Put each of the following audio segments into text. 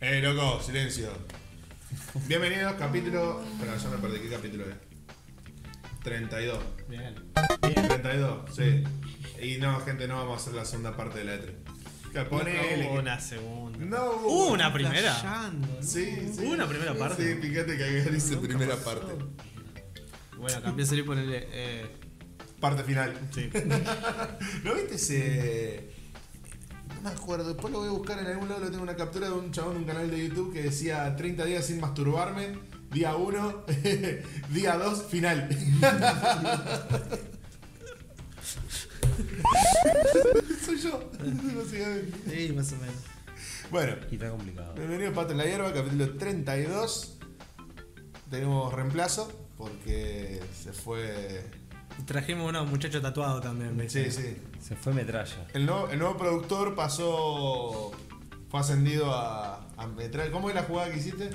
Eh, loco, silencio. Bienvenidos, capítulo. Espera, ya me perdí, ¿qué capítulo es? 32. Bien. 32, sí. Y no, gente, no vamos a hacer la segunda parte de la E3. Que No hubo Ponele. una segunda. No hubo hubo una. una primera. Flasheando, ¿no? Sí, sí. Hubo una primera parte. Sí, fíjate que acá dice primera parte. Bueno, Voy cambié. a salir y ponerle. Eh, Parte final. Sí. ¿No viste ese.? No me acuerdo, después lo voy a buscar en algún lado. Lo tengo una captura de un chabón de un canal de YouTube que decía 30 días sin masturbarme, día 1, día 2, final. Soy yo, básicamente. sí, más o menos. Bueno, Y está complicado. bienvenido a Pato en la Hierba, capítulo 32. Tenemos reemplazo porque se fue. Y Trajimos unos muchachos tatuados también, Sí, ¿viste? sí. Se fue metralla. El nuevo, el nuevo productor pasó. Fue ascendido a, a metralla. ¿Cómo es la jugada que hiciste?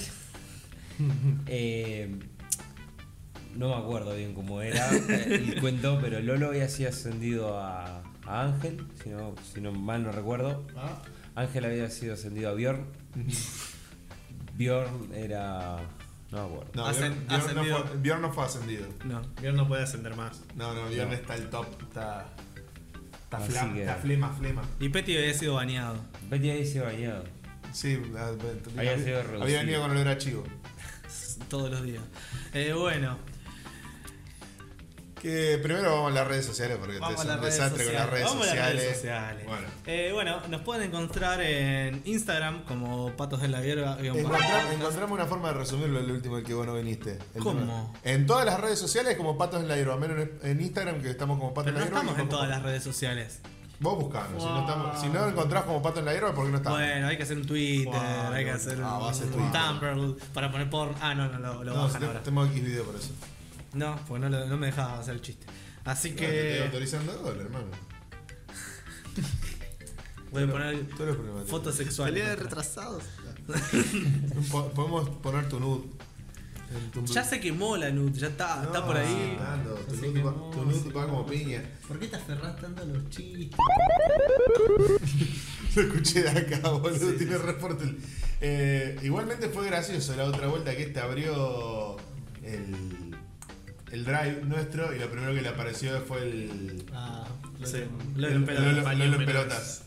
Eh, no me acuerdo bien cómo era el cuento, pero Lolo había sido ascendido a, a Ángel, si no, si no mal no recuerdo. ¿Ah? Ángel había sido ascendido a Bjorn. Bjorn era. No me acuerdo. No, Bjorn, Ascen- Bjorn no ascendido. fue, Bjorn no fue ascendido. No. Bjorn no puede ascender más. No, no, Bjorn No. está el top. Está. Está, Así fla- que- está flema, flema. Y Petty había sido baneado. Betty había sido bañado. Sí, la- Había sido había reducido. venido con olor a chivo. Todos los días. Eh, bueno, Que primero vamos a las redes sociales porque Vamos es a un las redes desastre con las sociales, redes vamos a las sociales. redes sociales. Bueno. eh, bueno, nos pueden encontrar en Instagram como Patos de la Hierba. guión bajo. Encontra- encontramos una forma de resumirlo el último al que vos no viniste. El ¿Cómo? tema. En todas las redes sociales como Patos en la Hierba, menos en- en Instagram que estamos como Patos Pero en no la Hierba. estamos y en como- todas las redes sociales. Vos buscanos, si, no Wow. estamos, si no lo encontrás como Pato en la Hierba, ¿por qué no estamos? Bueno, hay que hacer un Twitter, Wow, hay que no. hacer Ah, va a ser un, Twitter. Tumblr para poner porn. Ah, no, no, lo, no, lo si bajan te- ahora. tengo X video por eso. No, pues no, lo- no me dejaba hacer el chiste. Así No, te estoy que autorizando dólar, hermano. voy a poner Todos los problemas. fotos sexuales. retrasados. Po- podemos poner tu nude. en tu- Ya se quemó la nude, ya está, No, está por ahí. Fernando, tu se nude va- quemó, tu nude se va como piña. ¿Por qué te aferras tanto a los chistes? Lo escuché de acá, boludo, tiene reporte. Eh, igualmente fue gracioso la otra vuelta que este abrió el, el drive nuestro y lo primero que le apareció fue el. Ah, lo Sí. tengo. Lolo el- en pelotas. Lolo- Lolo en Menores. pelotas.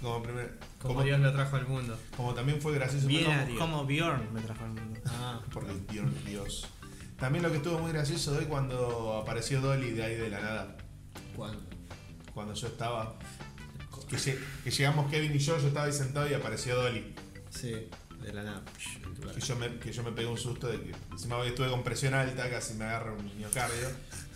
Como primer- Como como- Dios lo trajo al mundo. Como también fue gracioso. Bien, fue Dios. Como Bjorn me trajo al mundo. Ah, como- Por el Dios, Dios. También lo que estuvo muy gracioso hoy cuando apareció Dolly de ahí de la nada. ¿cuándo? Cuando yo estaba. Que, lle- que llegamos Kevin y yo, yo estaba ahí sentado y apareció Dolly. Sí, de la nada. Psh, en tu cara. Que yo me, que yo me pegué un susto de que. Encima hoy estuve con presión alta, casi me agarra un miocardio.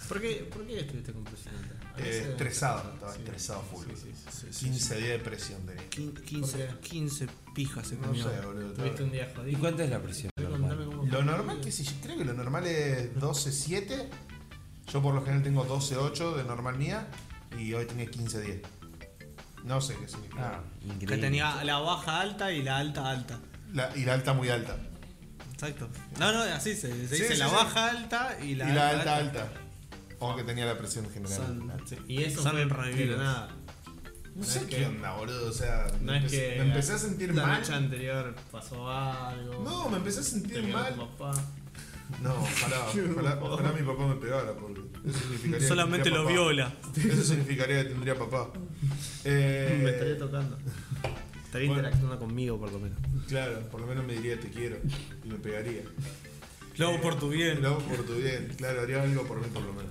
¿Por qué, ¿Por qué estuviste con presidenta? A Eh, veces- estresado, estaba estresado full. Sí, sí, sí, sí, 15 días de presión tenía. 15, 15 pijas se No comió. sé, boludo. estaba- Tuviste un día ¿Y jodido. cuánto es la presión? Contame normal? cómo- Lo normal que si creo que lo normal es 12-7. Yo por lo general tengo 12-8 de normal mía y hoy tenía 15-10. No sé qué significa. Ah, increíble. Que tenía la baja alta y la alta alta. La- y la alta muy alta. Exacto. No, no, así se, se Sí, dice sí, la sí. baja alta y Y la, la, alta alta. O que tenía la presión general. Son- Sí, Y eso Son fue de la revividos. nada. no no sé es qué que- onda, boludo. O sea, No me, es empecé, que me empecé a sentir la mal. noche anterior pasó algo. No, me empecé a sentir te pegó mal. tu papá. No, ojalá, ojalá, ojalá mi papá me pegara porque eso significaría que Solamente tendría lo papá. viola. Eso significaría que tendría papá. Eh, Me estaría tocando. Estaría Bueno. interactuando conmigo por lo menos. Claro, por lo menos me diría te quiero y me pegaría. Lo hago por tu bien. Lo hago por tu bien, claro, haría algo por mí por lo menos.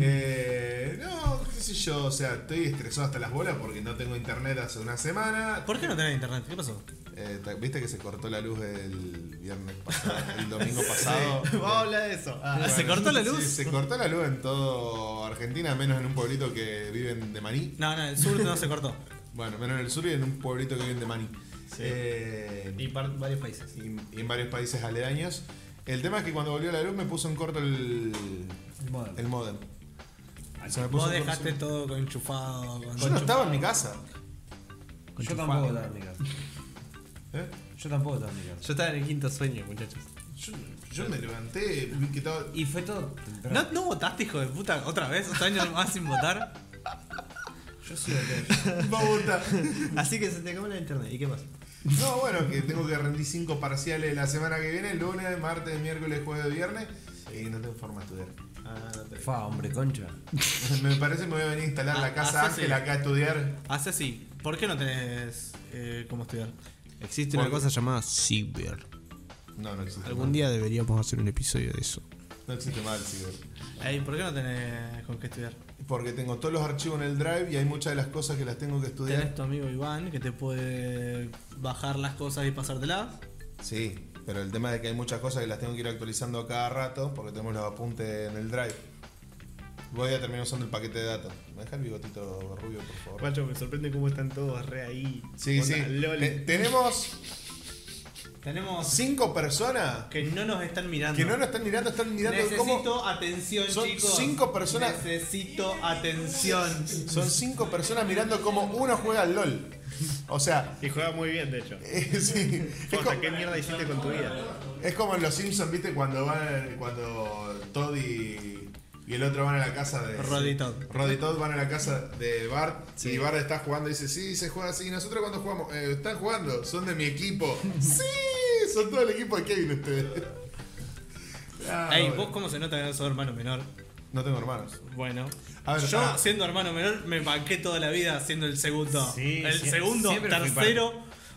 Eh, no, qué sé yo, o sea, estoy estresado hasta las bolas porque no tengo internet hace una semana. ¿Por qué no tenés internet? ¿Qué pasó? Eh, ta- Viste que se cortó la luz el viernes pasado, el domingo pasado. Vamos a hablar de eso. Ah, ¿Se cortó la luz? Sí, se cortó la luz en todo Argentina, menos en un pueblito que viven de maní. No, no, el sur no se cortó. Bueno, menos en el sur y en un pueblito que viven de maní. Sí. Eh, y par- varios países. y, y en varios países aledaños. El tema es que cuando volvió la luz me puso en corto el, El modem. el modem. Se me puso Vos en corto dejaste el- todo con enchufado. con- Yo no estaba en mi casa. Yo tampoco estaba en mi casa. ¿eh? Yo tampoco estaba en mi casa. Yo estaba en el quinto sueño, muchachos. Yo, yo me levanté, vi que estaba. Y fue todo temprano. ¿No, ¿No votaste, hijo de puta? ¿Otra vez? ¿Otro año más sin votar? Yo sí voté. Va a votar. Así que se te acabó la internet. ¿Y qué más? No, bueno, que tengo que rendir cinco parciales la semana que viene, lunes, martes, miércoles, jueves, viernes, y no tengo forma de estudiar. Ah, no te- Fa, hombre, concha. Me parece que me voy a venir a instalar Ah, la casa hace Ángel sí. acá a estudiar. Hace así. ¿Por qué no tenés eh, cómo estudiar? Existe una Porque- cosa llamada ciber. No, no existe. Algún más. día deberíamos hacer un episodio de eso. No existe mal, ciber. Ey, ¿Por qué no tenés con qué estudiar? Porque tengo todos los archivos en el drive y hay muchas de las cosas que las tengo que Tenés estudiar. tu amigo Iván que te puede bajar las cosas y pasártelas. Sí, pero el tema es que hay muchas cosas que las tengo que ir actualizando a cada rato porque tenemos los apuntes en el drive. Voy a terminar usando el paquete de datos. ¿Me deja el bigotito rubio, por favor? Guacho, me sorprende cómo están todos re ahí. Sí, Onda, sí. LOL. Te- tenemos Tenemos cinco personas que no nos están mirando. que no nos están mirando, están mirando Necesito cómo. atención, Son chicos. cinco personas- Necesito atención. Son cinco personas mirando cómo uno juega al LOL. O sea, Y juega muy bien, de hecho. eh, sí. Es Jota, como, ¿qué mierda hiciste con tu vida? es como en los Simpsons, ¿viste? Cuando van, cuando Todd y, y el otro van a la casa de. Rod y Todd. Rod y Todd van a la casa de Bart y Bart está jugando y dice, sí, se juega así. Y nosotros cuando jugamos, "Eh, están jugando, son de mi equipo. sí, son todo el equipo de Kevin ustedes. Ah, Ey, bueno. vos cómo se nota que no sos hermano menor. No tengo hermanos. Bueno. A ver, yo, pará. siendo hermano menor, me banqué toda la vida siendo el segundo. Sí, el sí, segundo, siempre fui tercero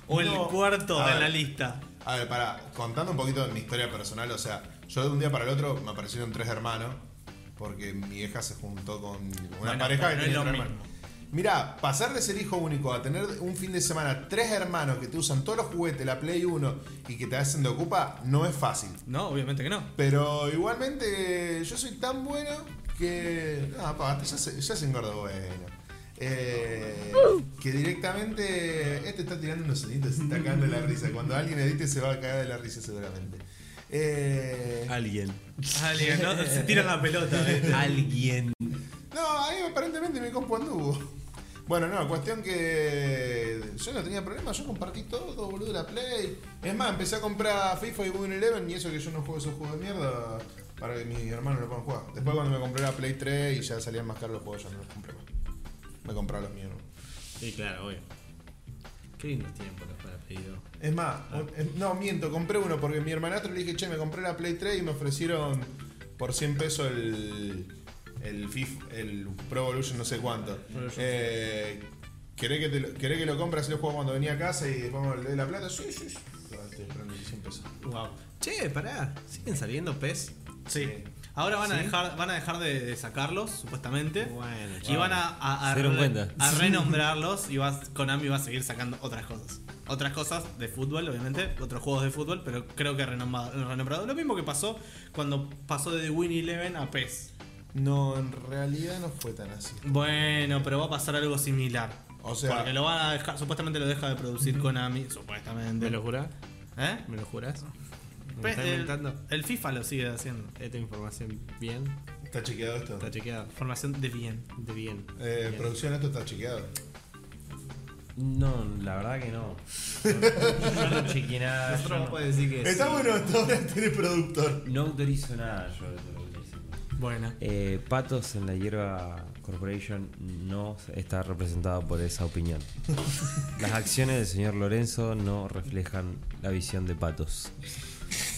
o No. el cuarto A de ver. la lista. A ver, pará, contando un poquito de mi historia personal, o sea, yo de un día para el otro me aparecieron tres hermanos, porque mi hija se juntó con una Bueno, pareja que pero no tenía es lo tres hermanos. Mirá, pasar de ser hijo único a tener un fin de semana tres hermanos que te usan todos los juguetes, la Play 1 y que te hacen de ocupa, no es fácil. No, obviamente que no. Pero igualmente yo soy tan bueno que... No, pa, ya se, ya se engorda bueno. Eh, que directamente... Este está tirando unos sonidos, se está cagando de la risa. Cuando alguien edite se va a caer de la risa seguramente. Eh, Alguien. Alguien, ¿no? Se tiran la pelota. eh. ¿viste? Alguien. no, ahí aparentemente mi compu anduvo. Bueno, no, cuestión que yo no tenía problema, yo compartí todo, boludo, la Play. Es más, empecé a comprar FIFA y Windows Eleven y eso que yo no juego esos juegos de mierda para que mis hermanos lo puedan jugar. Después cuando me compré la Play 3 y ya salían más caros los juegos, ya no los compré más. Me compraba los míos. ¿no? Sí, claro, obvio. Qué lindos tiempos los para pedido. Es más, eh, no, miento, compré uno porque mi hermanastro le dije, che, me compré la Play 3 y me ofrecieron por 100 pesos el, el FIFA, el Pro Evolution no sé cuánto. Eh, ¿Querés que, te lo, ¿Querés que lo compras y lo juego cuando venía a casa y después le dé la plata? Sí, sí, sí. Ah, Te prendo el 100 pesos. Wow. Che, pará. ¿Siguen saliendo pez? Sí. Ahora van a dejar, van a dejar de, de sacarlos, supuestamente. Bueno, y van a, a, a Se dieron re- cuenta. a renombrarlos y vas, Konami va a seguir sacando otras cosas. Otras cosas de fútbol, obviamente, otros juegos de fútbol, pero creo que renombrado. renombrado. Lo mismo que pasó cuando pasó de Win Eleven a PES. No, en realidad no fue tan así. Bueno, pero va a pasar algo similar. O sea- Porque lo van a dejar, supuestamente lo deja de producir Konami, supuestamente. ¿Me lo jurás? ¿Eh? ¿Me lo jurás? ¿Me Pe- estás el- inventando? el FIFA lo sigue haciendo. Esta información bien, ¿Está chequeado esto? está chequeada, Formación de bien. de bien. Eh, Bien. producción, esto está chequeado. No, la verdad que no. Yo no chequeé nada. yo no, decir que Está bueno esto, ahora tenés productor. no autorizo nada yo de todo lo que estoy diciendo. Buena. Eh, Patos en la Hierba Corporation no está representado por esa opinión. Las acciones del señor Lorenzo no reflejan la visión de Patos.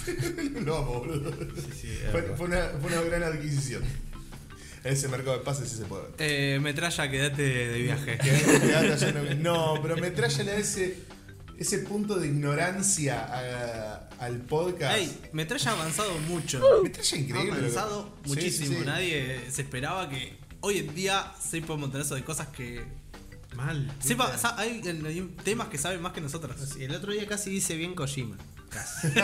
Lo amo, boludo. fue, fue una, fue una gran adquisición. Ese Eh, mercado de pases sí se puede ver. Eh, metralla, quédate de viaje. Quedate- quedate allá en el- No, pero me traen a ese, ese punto de ignorancia a- al podcast. Ey, Metralla ha avanzado mucho. me trae increíble. Ha lo que- avanzado Sí, muchísimo. sí, sí. Nadie se esperaba que hoy en día sepa un montonazo de cosas que. Mal. Sepa, sa- hay, hay temas que saben más que nosotros. El otro día casi dice bien Kojima.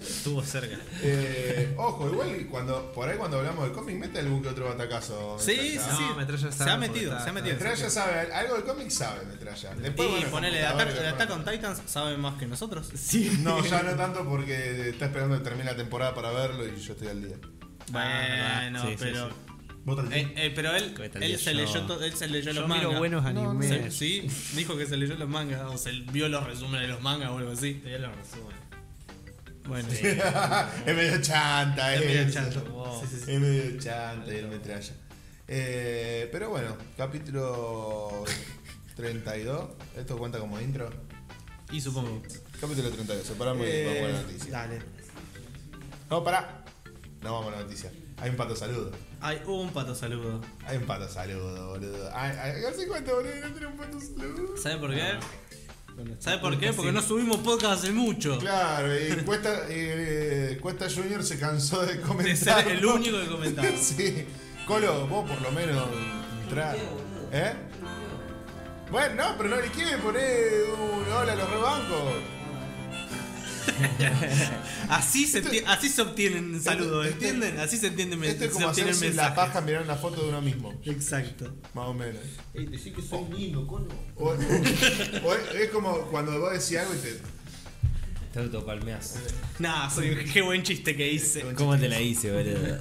Estuvo cerca. Eh, ojo, igual cuando por ahí cuando hablamos del cómic, mete algún que otro batacazo. Sí, sí, Metralla. sí. No, Metralla se sabe ha porque metido, está- se ha metido. Metralla sabe, algo del cómic sabe Metralla. Después, y bueno, ponele de computadores, Attack, de bueno. Attack on Titans saben más que nosotros. No, ya no tanto porque está esperando que termine la temporada para verlo y yo estoy al día. Bueno, Sí, sí, pero. ¿Vos estás al eh, día? eh, pero él, Metal él Gear se yo- leyó, to- él se leyó Yo los miro mangas. buenos Se- animes. Sí, dijo que se leyó los mangas o se vio los resúmenes de los mangas o algo así. Ya lo resumen. Bueno, es medio chanta, Es eh. medio chanto. Sí, sí, sí. Es medio chanta y el metralla. Eh, pero bueno, capítulo 32. ¿Esto cuenta como intro? Y supongo. Capítulo 32. Separamos y vamos a Eh, la noticia. Dale. No, pará. No vamos a la noticia. Hay un pato saludo. Hay un pato saludo. Hay un pato saludo, boludo. Ay, ay, hace cuánto, boludo, no tiene un pato saludo. ¿Sabe por qué? ¿Sabe por qué? Porque no subimos podcast hace mucho. Claro, y Cuesta, eh, Cuesta Junior se cansó de De comentar. ser el único que comentaba. Sí. Colo, vos por lo menos entrás. ¿Eh? Bueno, no, pero no le quiere poner un hola a los rebancos. Así se, ti- así se obtienen saludos, esto- ¿entienden? Así se entiende men- Esto este es se como obtiene el hacerse la mensaje. paja mirar una foto de uno mismo. Exacto. Más o menos. Ey, decí que soy lindo, colo. O- o- o es, es como cuando vos decís algo y te. Te autopalmeás. Nah, soy, qué buen chiste que hice. ¿Cómo te la hice, boludo?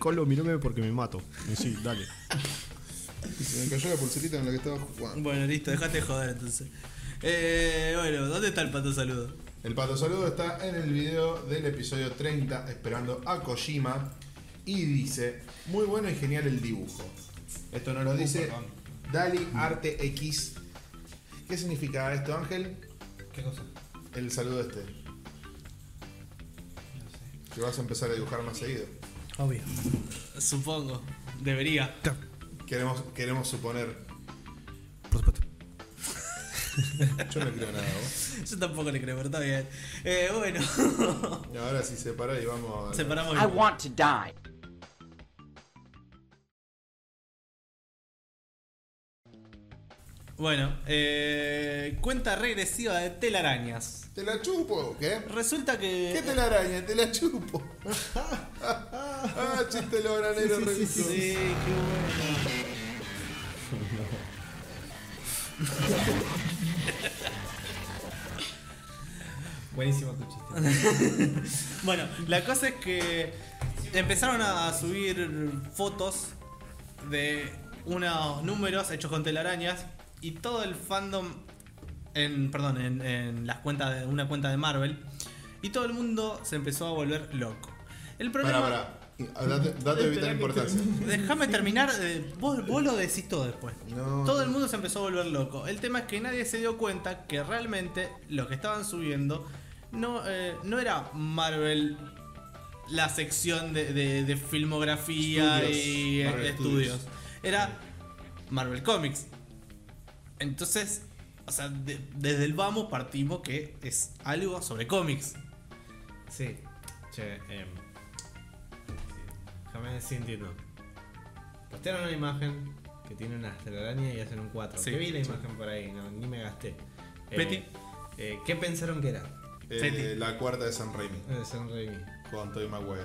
Colo, mirame porque me mato. Sí, dale. Se me cayó la pulserita en la que estaba jugando. Bueno, listo, dejate de joder entonces. Eh, bueno, ¿dónde está el pato saludo? El pato saludo está en el video del episodio 30, esperando a Kojima. Y dice: Muy bueno y genial el dibujo. Esto nos Uh, lo dice Dali Mm. Arte X. ¿Qué significa esto, Ángel? ¿Qué cosa? El saludo este. Que vas a empezar a dibujar más seguido. Obvio. Supongo. Debería. Queremos, queremos suponer. Por supuesto. Yo no creo nada, vos. Yo tampoco le creo, pero está bien. Eh, bueno. Y ahora sí se para y vamos a. Separamos I el... want to die. Bueno, eh, cuenta regresiva de telarañas. ¡Te la chupo! ¿Qué? Resulta que. ¿Qué te la araña? ¡Te la chupo! ¡Ah, chiste lo granero Sí, sí, sí, qué bueno. Buenísimo tu chiste. Bueno, la cosa es que empezaron a subir fotos de unos números hechos con telarañas y todo el fandom en perdón, en, en las cuentas de una cuenta de Marvel y todo el mundo se empezó a volver loco. El problema Pará, pará. Date, date vital importancia. Déjame terminar, eh, vos, vos lo decís todo después. No. Todo el mundo se empezó a volver loco. El tema es que nadie se dio cuenta que realmente lo que estaban subiendo no, eh, no era Marvel la sección de, de- de filmografía Estudios. y eh, Marvel estudios. Studios. Era Marvel Comics. Entonces, o sea, de- desde el vamos partimos que es algo sobre cómics. Sí. Che, eh. Déjame ver si entiendo. Postearon una imagen que tiene unas telarañas y hacen un 4. Sí, Sí, vi la sí. imagen por ahí, no, ni me gasté. Eh, Peti. eh, ¿Qué pensaron que era? Eh, Feti. la cuarta de San Raimi Eh, San Raimi. con Tobey Maguire.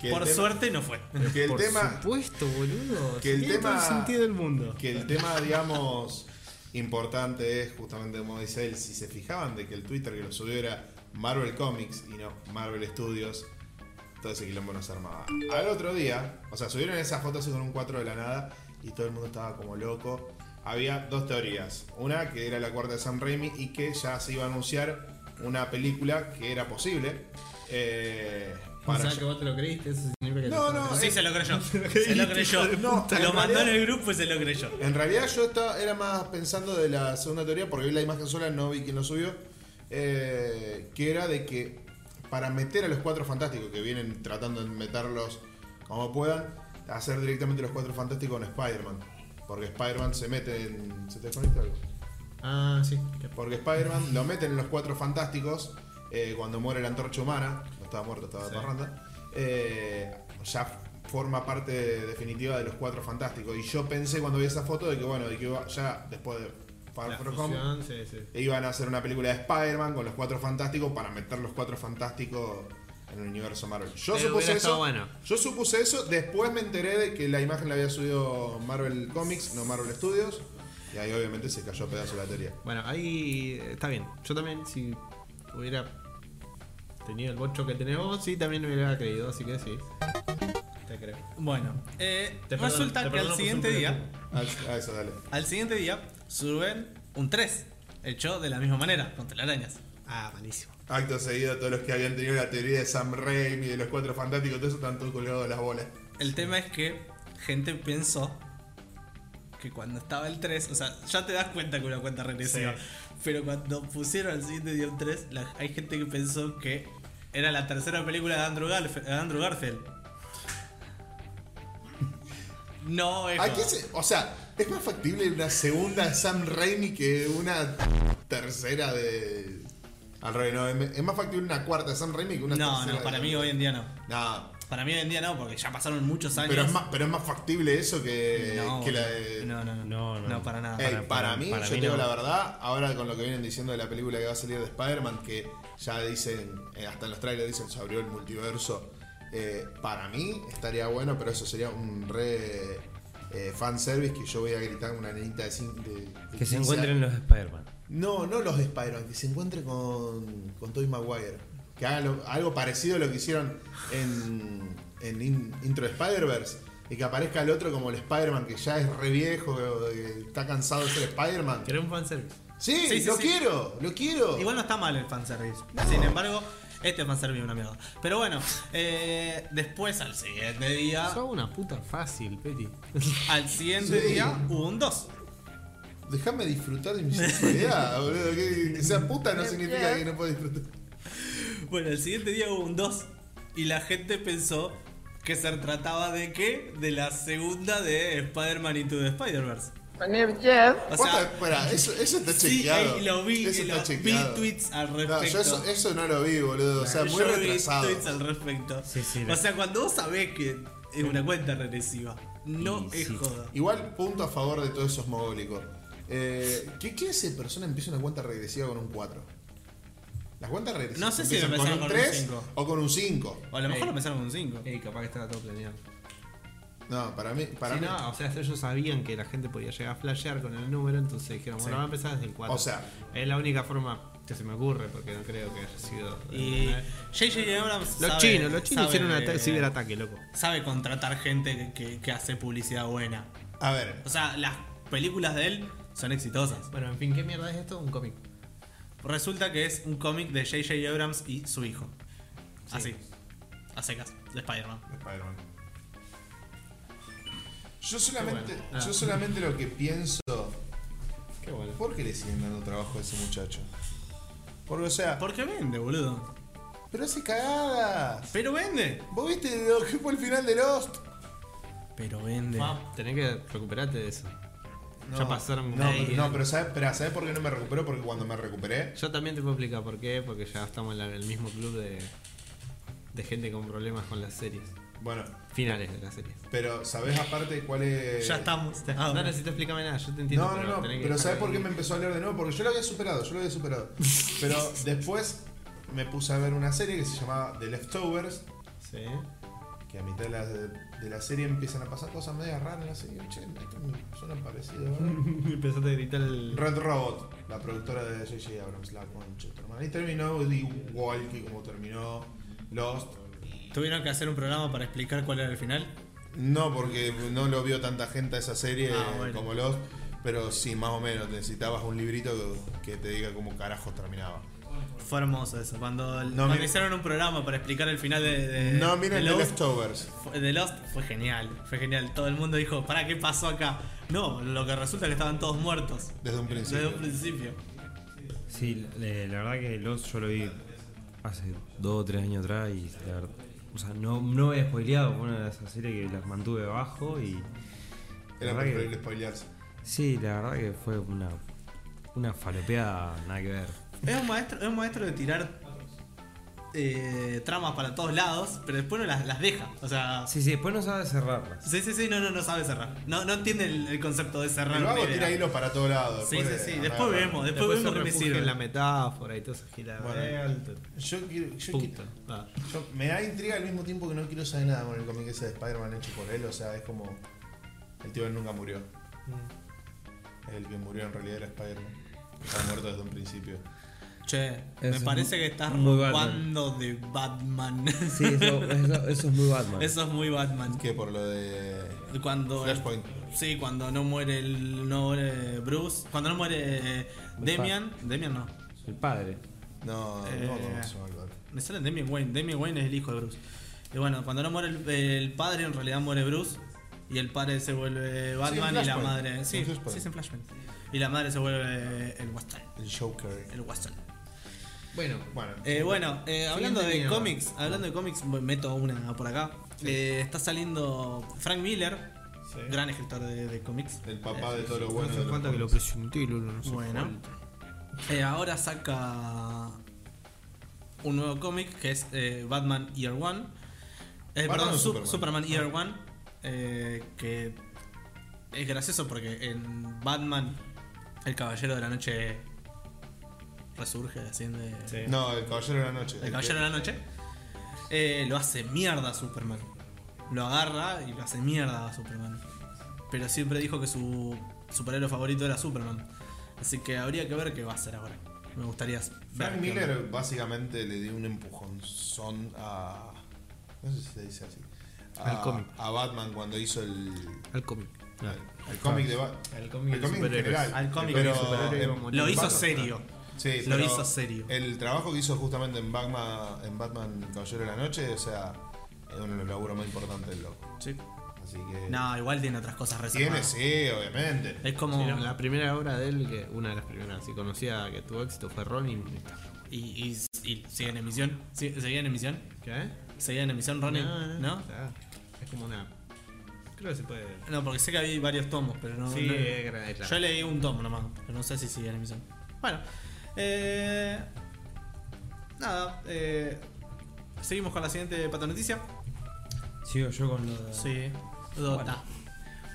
Que el Por tema- suerte no fue. Que el Por tema. supuesto, boludo. que el Tiene todo tema- el sentido del mundo. Que el tema, digamos, importante es justamente como dice él, si se fijaban de que el Twitter que lo subió era Marvel Comics y no Marvel Studios, todo ese quilombo nos armaba. Al otro día, o sea, subieron esas fotos así con un 4 de la nada y todo el mundo estaba como loco. Había dos teorías. Una que era la cuarta de Sam Raimi y que ya se iba a anunciar una película que era posible. eh, O para sea, que vos te lo creíste, eso significa que No, te- no, Sí, es- se lo creyó. Se lo creyó. No, en lo mandó en realidad- el grupo y se lo creyó. En realidad yo estaba, era más pensando de la segunda teoría, porque vi la imagen sola, no vi quién lo subió, eh, que era de que para meter a los cuatro fantásticos, que vienen tratando de meterlos como puedan, hacer directamente los cuatro fantásticos con Spider-Man. Porque Spider-Man se mete en... ¿Se te desconecta algo? Ah, sí. Porque Spider-Man lo meten en los cuatro fantásticos eh, cuando muere la antorcha humana. No estaba muerto, estaba de parranda. eh, ya forma parte definitiva de los cuatro fantásticos. Y yo pensé cuando vi esa foto de que, bueno, de que iba- ya después de Far La From Home, fusión, sí, sí. iban a hacer una película de Spider-Man con los cuatro fantásticos para meter los cuatro fantásticos en el universo Marvel. Yo Eh, supuse hubiera eso. estado bueno. Yo supuse eso. Después me enteré de que la imagen la había subido Marvel Comics, no Marvel Studios. Y ahí obviamente se cayó a pedazos la teoría. Bueno, ahí eh, está bien. Yo también, si hubiera tenido el bocho que tenés vos, sí, también me hubiera creído, así que sí. Te creo. Bueno, eh, Te perdono, resulta te que al perdono por siguiente ser un día, pelotudo. Ah, ah, eso, dale. al siguiente día suben un 3, hecho de la misma manera, con telarañas. Ah, malísimo. Acto seguido, todos los que habían tenido la teoría de Sam Raimi, de los cuatro fantásticos, todo eso, están todos colgados de las bolas. El tema es que gente pensó que cuando estaba el 3, o sea, ya te das cuenta que una cuenta regresiva, pero cuando pusieron el siguiente día un 3, la- hay gente que pensó que era la tercera película de Andrew, Garf- de Andrew Garfield. No, es ¿A qué se- o sea, es más factible una segunda de Sam Raimi que una tercera de. Al revés, no, es es más factible una cuarta de Sam Raimi que una No, tercera. no, de- para mí hoy en día no. No, Para mí hoy en día no, porque ya pasaron muchos años. Eh, pero es, más, pero es más factible eso que, no, que la de. no, no, no, No, no. no, para nada. Ey, para, para- para- mí, para yo mí te digo no. la verdad, ahora con lo que vienen diciendo de la película que va a salir de Spider-Man, que ya dicen, eh, hasta en los trailers dicen, se abrió el multiverso. eh, para mí estaría bueno, pero eso sería un re eh, fanservice que yo voy a gritar con una nenita de, cin- de- de Que se 15 encuentren años. los Spider-Man. No, no los de Spider-Man, que se encuentre con, con Tobey Maguire. Que haga lo- algo parecido a lo que hicieron en, en In- Intro de Spider-Verse. Y que aparezca el otro como el Spider-Man, que ya es re viejo, que está cansado de ser Spider-Man. Querés un fanservice. Sí, Sí, sí, lo sí. quiero, lo quiero. Igual no está mal el fanservice. Sin embargo, este fanservice es una mierda. Pero bueno, eh, después al siguiente día. Sos una puta fácil, Peti. Al siguiente Sí. día hubo un 2. Déjame disfrutar de mi sexualidad, boludo. Que, que sea puta no significa que no puedo disfrutar. Bueno, al siguiente día hubo un 2. Y la gente pensó que se trataba de qué? De la segunda de Spider-Man Into the Spider-Verse. My name is Jeff. O Posta, sea. pará, eso, eso está Sí, chequeado. ahí lo vi, eso lo- está chequeado. vi tweets al respecto. No, yo eso, eso no lo vi, boludo. O sea, muy Yo vi retrasado. tweets al respecto. Sí, sí, o lo- sea, cuando vos sabés que es una cuenta regresiva, no Y es sí. joda. Igual, punto a favor de todos esos mogólicos. Eh, ¿Qué clase de persona empieza una cuenta regresiva con un 4? Las cuentas regresivas. No sé si empiezan empezaron con un con un 3 cinco. o con un 5. O a lo mejor Ey. lo empezaron con un 5. Ey, capaz que estaba todo planeado. No, para mí. Para Sí, mí no, o sea, ellos sabían que la gente podía llegar a flashear con el número, entonces dijeron, bueno, va a empezar desde el 4. O sea. Es la única forma que se me ocurre, porque no creo que haya sido... Y JJ Eh, Abrams. Los sabe- chinos, los chinos sabe- hicieron un ata- ciberataque, loco. Sabe contratar gente que, que- que hace publicidad buena. A ver, O sea, las películas de él son exitosas. Bueno, en fin, ¿qué mierda es esto? Un cómic. Resulta que es un cómic de JJ Abrams y su hijo. Así. A secas, de Spider-Man. Spider-Man. Yo solamente, yo solamente lo que pienso. Qué bueno. ¿Por qué le siguen dando trabajo a ese muchacho? Porque, o sea, Porque vende, boludo. pero hace cagadas. Pero vende. ¿Vos viste lo que fue el final de Lost? Pero vende. Fua, Tenés que recuperarte de eso. No, Ya pasaron No, como pero, 10 no, pero ¿sabes, pero ¿sabes por qué no me recupero? Porque cuando me recuperé. Yo también te puedo explicar por qué, porque ya estamos en la- el mismo club de, de gente con problemas con las series. Bueno, Finales de las series. pero ¿sabés aparte cuál es.? Ya estamos. No necesito explicarme nada, yo te entiendo. No, no, no, tenés pero, que dejar ¿sabes de- por qué me empezó a leer de nuevo? Porque yo lo había superado, yo lo había superado. Pero después me puse a ver una serie que se llamaba The Leftovers, Sí. que a mitad de la, de la serie empiezan a pasar cosas medias raras en la serie. Che, esto me suena parecido. Mm. ¿verdad? Empezaste a gritar el. Red Robot, la productora de J.J. Abrams, la concha de tu hermana. Y terminó igual que como terminó Lost. Tuvieron que hacer un programa para explicar cuál era el final. No, porque no lo vio tanta gente a esa serie Ah, eh, bueno. como Lost, pero sí, más o menos. Necesitabas un librito que, que te diga cómo carajo terminaba. Fue hermoso eso. Cuando, No, cuando mira- hicieron un programa para explicar el final de. de- no, Eh, de miren The Lost, Leftovers. fue- de Lost fue genial, fue genial. Todo el mundo dijo, ¿para qué pasó acá? No, lo que resulta es que estaban todos muertos. Desde un principio. Desde un principio. Sí, la, la verdad que Lost yo lo vi hace dos o tres años atrás y la verdad. O sea, no, no he spoileado, fue una de esas series que las mantuve abajo y. la Era verdad que- preferible spoilearse. sí, la verdad que fue una. Una falopeada, nada que ver. Es un maestro, es un maestro de tirar eh, tramas para todos lados, pero después no las, las deja. O sea. Sí, sí, después no sabe cerrarlas. Sí, sí, sí, no, no, no sabe cerrar. No, no entiende el, el concepto de cerrar. El una vago idea. tira hilos para todos lados. Sí, sí, después de- sí. ah, Después no, vemos, después, se vemos que me refugia sirve. en la metáfora y todo eso gila. Bueno. alto. Yo quiero. Yo Puta. quiero- Ah. yo- me da intriga al mismo tiempo que no quiero saber nada con el cómic ese de Spider-Man hecho por él. O sea, es como. El tío él nunca murió. Mm. El que murió en realidad era Spider-Man. Está muerto desde un principio. Che, Eso me es parece mu- que estás muy robando de Batman. Sí, eso, eso, eso es muy Batman. Eso es muy Batman. Que por lo de. Cuando. Flashpoint. Sí, cuando no muere el. No muere Bruce. Cuando no muere eh, Damian. Damian no. El padre. No, Eh, no, no, se me acuerdo. Me sale Damian Wayne. Damian Wayne es el hijo de Bruce. Y bueno, cuando no muere el, el padre, en realidad muere Bruce. Y el padre se vuelve Batman y la Flashpoint. madre. En Sí, Flashpoint. sí, es en Flashpoint. Y la madre se vuelve el Watson. El Joker. El Watson. Bueno, Bueno, Eh, bueno, eh, hablando de mierda. cómics, hablando de cómics, voy- meto una por acá. Eh, está saliendo Frank Miller, gran escritor de, de cómics. el papá de todo lo No bueno. hace de los falta que lo cómics. presenté, Lolo. No hace Bueno, falta. eh, ahora saca un nuevo cómic que es eh, Batman Year One. Eh, Batman perdón, o Sup- Superman. Superman, Year One. eh, que es gracioso porque en Batman, el caballero de la noche resurge, asciende. No, el Caballero de la Noche. El Caballero de la Noche, eh, lo hace mierda a Superman. Lo agarra y lo hace mierda a Superman. Pero siempre dijo que su superhéroe favorito era Superman. Así que habría que ver qué va a hacer ahora. Me gustaría ver. Frank qué Miller onda. básicamente le dio un empujonzón a. No sé si se dice así. A, Al cómic. a Batman cuando hizo el. Al cómic. El cómic de Batman. el cómic El de cómic en superhéroes. general. Al cómic pero eh, de superhéroe en- como- Lo hizo Batman- serio. Sí, Lo pero hizo serio. El trabajo que hizo justamente en Batman, en Batman Caballero de la Noche, o sea, es uno de los laburos más importantes del loco. Sí. Así que. No, igual tiene otras cosas Tiene, reservadas. sí, obviamente. Es como. Sí, la- la primera obra de él, que una de las primeras, si conocía que tuvo éxito fue Ronin. Y, y- y sigue en emisión. Sí, Seguía en emisión. ¿Qué? Seguía en emisión, Ronnie. No, ¿No? no, ¿No? está. Es como una. Creo que se puede. porque sé que había varios tomos, pero no. sí, eh, no- es gra- es la- Yo leí un tomo nomás, pero no sé si sigue en emisión. Bueno, eh, nada, eh, seguimos con la siguiente pata noticia. Sigo yo con lo de- Sí, Dota.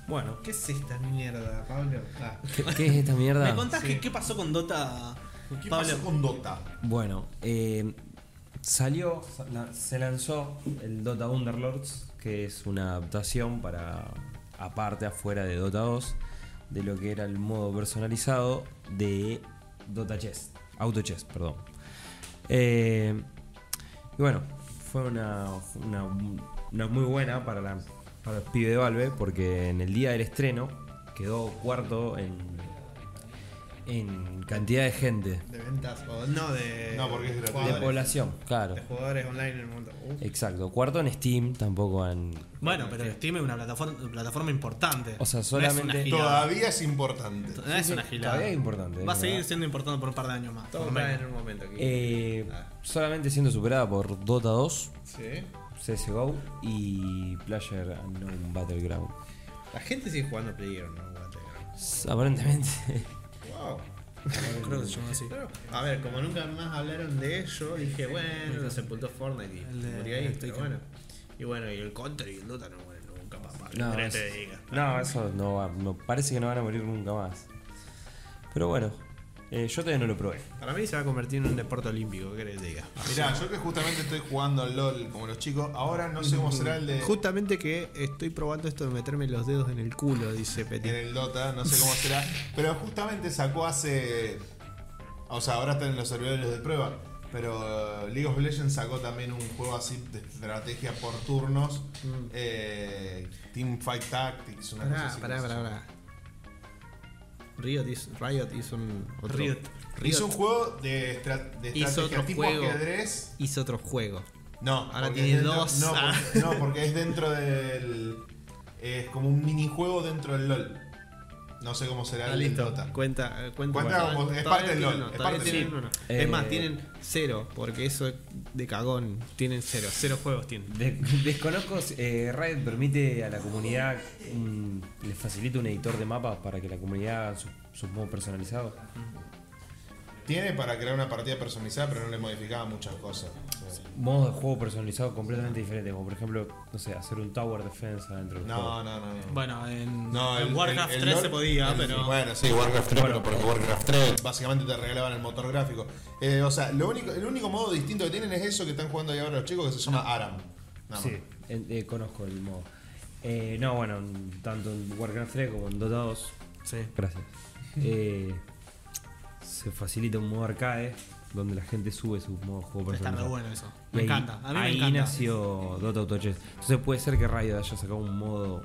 Bueno, ¿Qué es esta mierda, Pablo? Ah. ¿qué, qué es esta mierda? ¿Me contás que- qué pasó con Dota, ¿Qué Pablo? pasó con Dota? Bueno, eh, salió, sa- la- se lanzó el Dota Underlords, que es una adaptación para, aparte, afuera de Dota 2, de lo que era el modo personalizado de Dota Chess, Auto Chess, perdón. Eh, y bueno, fue una, fue una, una muy buena para, la, para el pibe de Valve, porque en el día del estreno quedó cuarto en, en cantidad de gente. De ventas, o no, de. Oh, No, porque es gratuito. jugadores, De población, claro. de jugadores online en el mundo. Uh. Exacto. Cuarto en Steam, tampoco en. Bueno, pero Steam es una plataforma, plataforma importante. O sea, No es solamente- una gilada. Todavía es importante. No es una gilada. todavía es importante, Va a es seguir verdad. siendo importante por un par de años más. Todo por lo está menos. en un momento aquí. Eh, solamente siendo superada por Dota 2, Sí. CSGO y Player Unknown Battleground. La gente sigue jugando PlayerUnknown's Battlegrounds. S- Aparentemente. Wow. Creo que se llama así. Pero, a ver, como nunca más hablaron de ello, dije, bueno, lo sepultó Fortnite y El de- murió ahí, el pero Tekken. bueno. Y bueno, y el Counter y el Dota no mueren nunca, papá. No, No, es- te diga. no, eso no va. no- parece que no van a morir nunca más. Pero bueno, eh, yo todavía no lo probé. Para mí se va a convertir en un deporte olímpico, ¿qué querés que te diga? Mirá, yo que justamente estoy jugando al LOL como los chicos, ahora no sé cómo será el de. Justamente que estoy probando esto de meterme los dedos en el culo, dice en Petit. el Dota, no sé cómo será. Pero justamente sacó hace. O sea, ahora están en los servidores de prueba. Pero eh, League of Legends sacó también un juego así de estrategia por turnos. eh, Team Fight Tactics, una Mm. cosa Pará, así. pará, que pará, se- pará. Riot hizo, Riot hizo un otro, Riot. Riot Hizo un juego de, estra- de Hizo estrategia otro tipo juego. ajedrez. hizo otro juego. No, Ahora porque tiene es dentro- dos. No Ah. porque, no, porque es dentro del. Es como un minijuego dentro del LOL. No sé cómo será Ah, el del listo. Dota. Cuenta, eh, cuenta. Cuenta Bueno, como- todavía es parte del tienen LOL, uno, es todavía parte del tienen LOL. uno. Eh, Es más, tienen cero, porque eso es de cagón. Tienen cero, cero juegos tienen. De- desconozco, si- eh, Riot permite a la comunidad, un- les facilita un editor de mapas para que la comunidad haga su- sus modos personalizados. Tiene para crear una partida personalizada, pero no le modificaba muchas cosas. O sea, modos de juego personalizados completamente diferentes, como por ejemplo, no sé, hacer un tower defense dentro del juego. No, no, no. no. Bueno, en, No, en el- Warcraft el- el 3 Lord- se podía, el- pero. Bueno, sí, Warcraft 3, pero porque Warcraft 3 básicamente te regalaban el motor gráfico. Eh, o sea, lo único, el único modo distinto que tienen es eso que están jugando ahí ahora los chicos, que se llama Aram. Nada Sí, más. en- eh, conozco el modo. Eh, no, bueno, en- tanto en Warcraft 3 como en Dota 2. Sí. Gracias. Eh, se facilita un modo arcade donde la gente sube sus modos de juego Está muy personalizados. bueno eso. Y Me ahí- encanta. A mí me ahí encanta. nació Dota Auto Chess. Entonces puede ser que Riot haya sacado un modo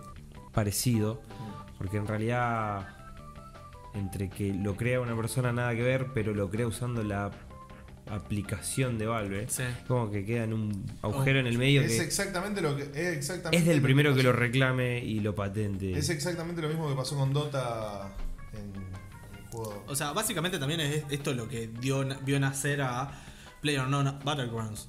parecido. Porque en realidad, entre que lo crea una persona nada que ver, pero lo crea usando la aplicación de Valve. Sí. Como que queda en un agujero en el medio Oh, Es que exactamente lo que. Es, exactamente es lo del que primero que pasó. lo reclame y lo patente. Es exactamente lo mismo que pasó con Dota en, en el juego. O sea, básicamente también es esto lo que dio, vio nacer a PlayerUnknown Battlegrounds.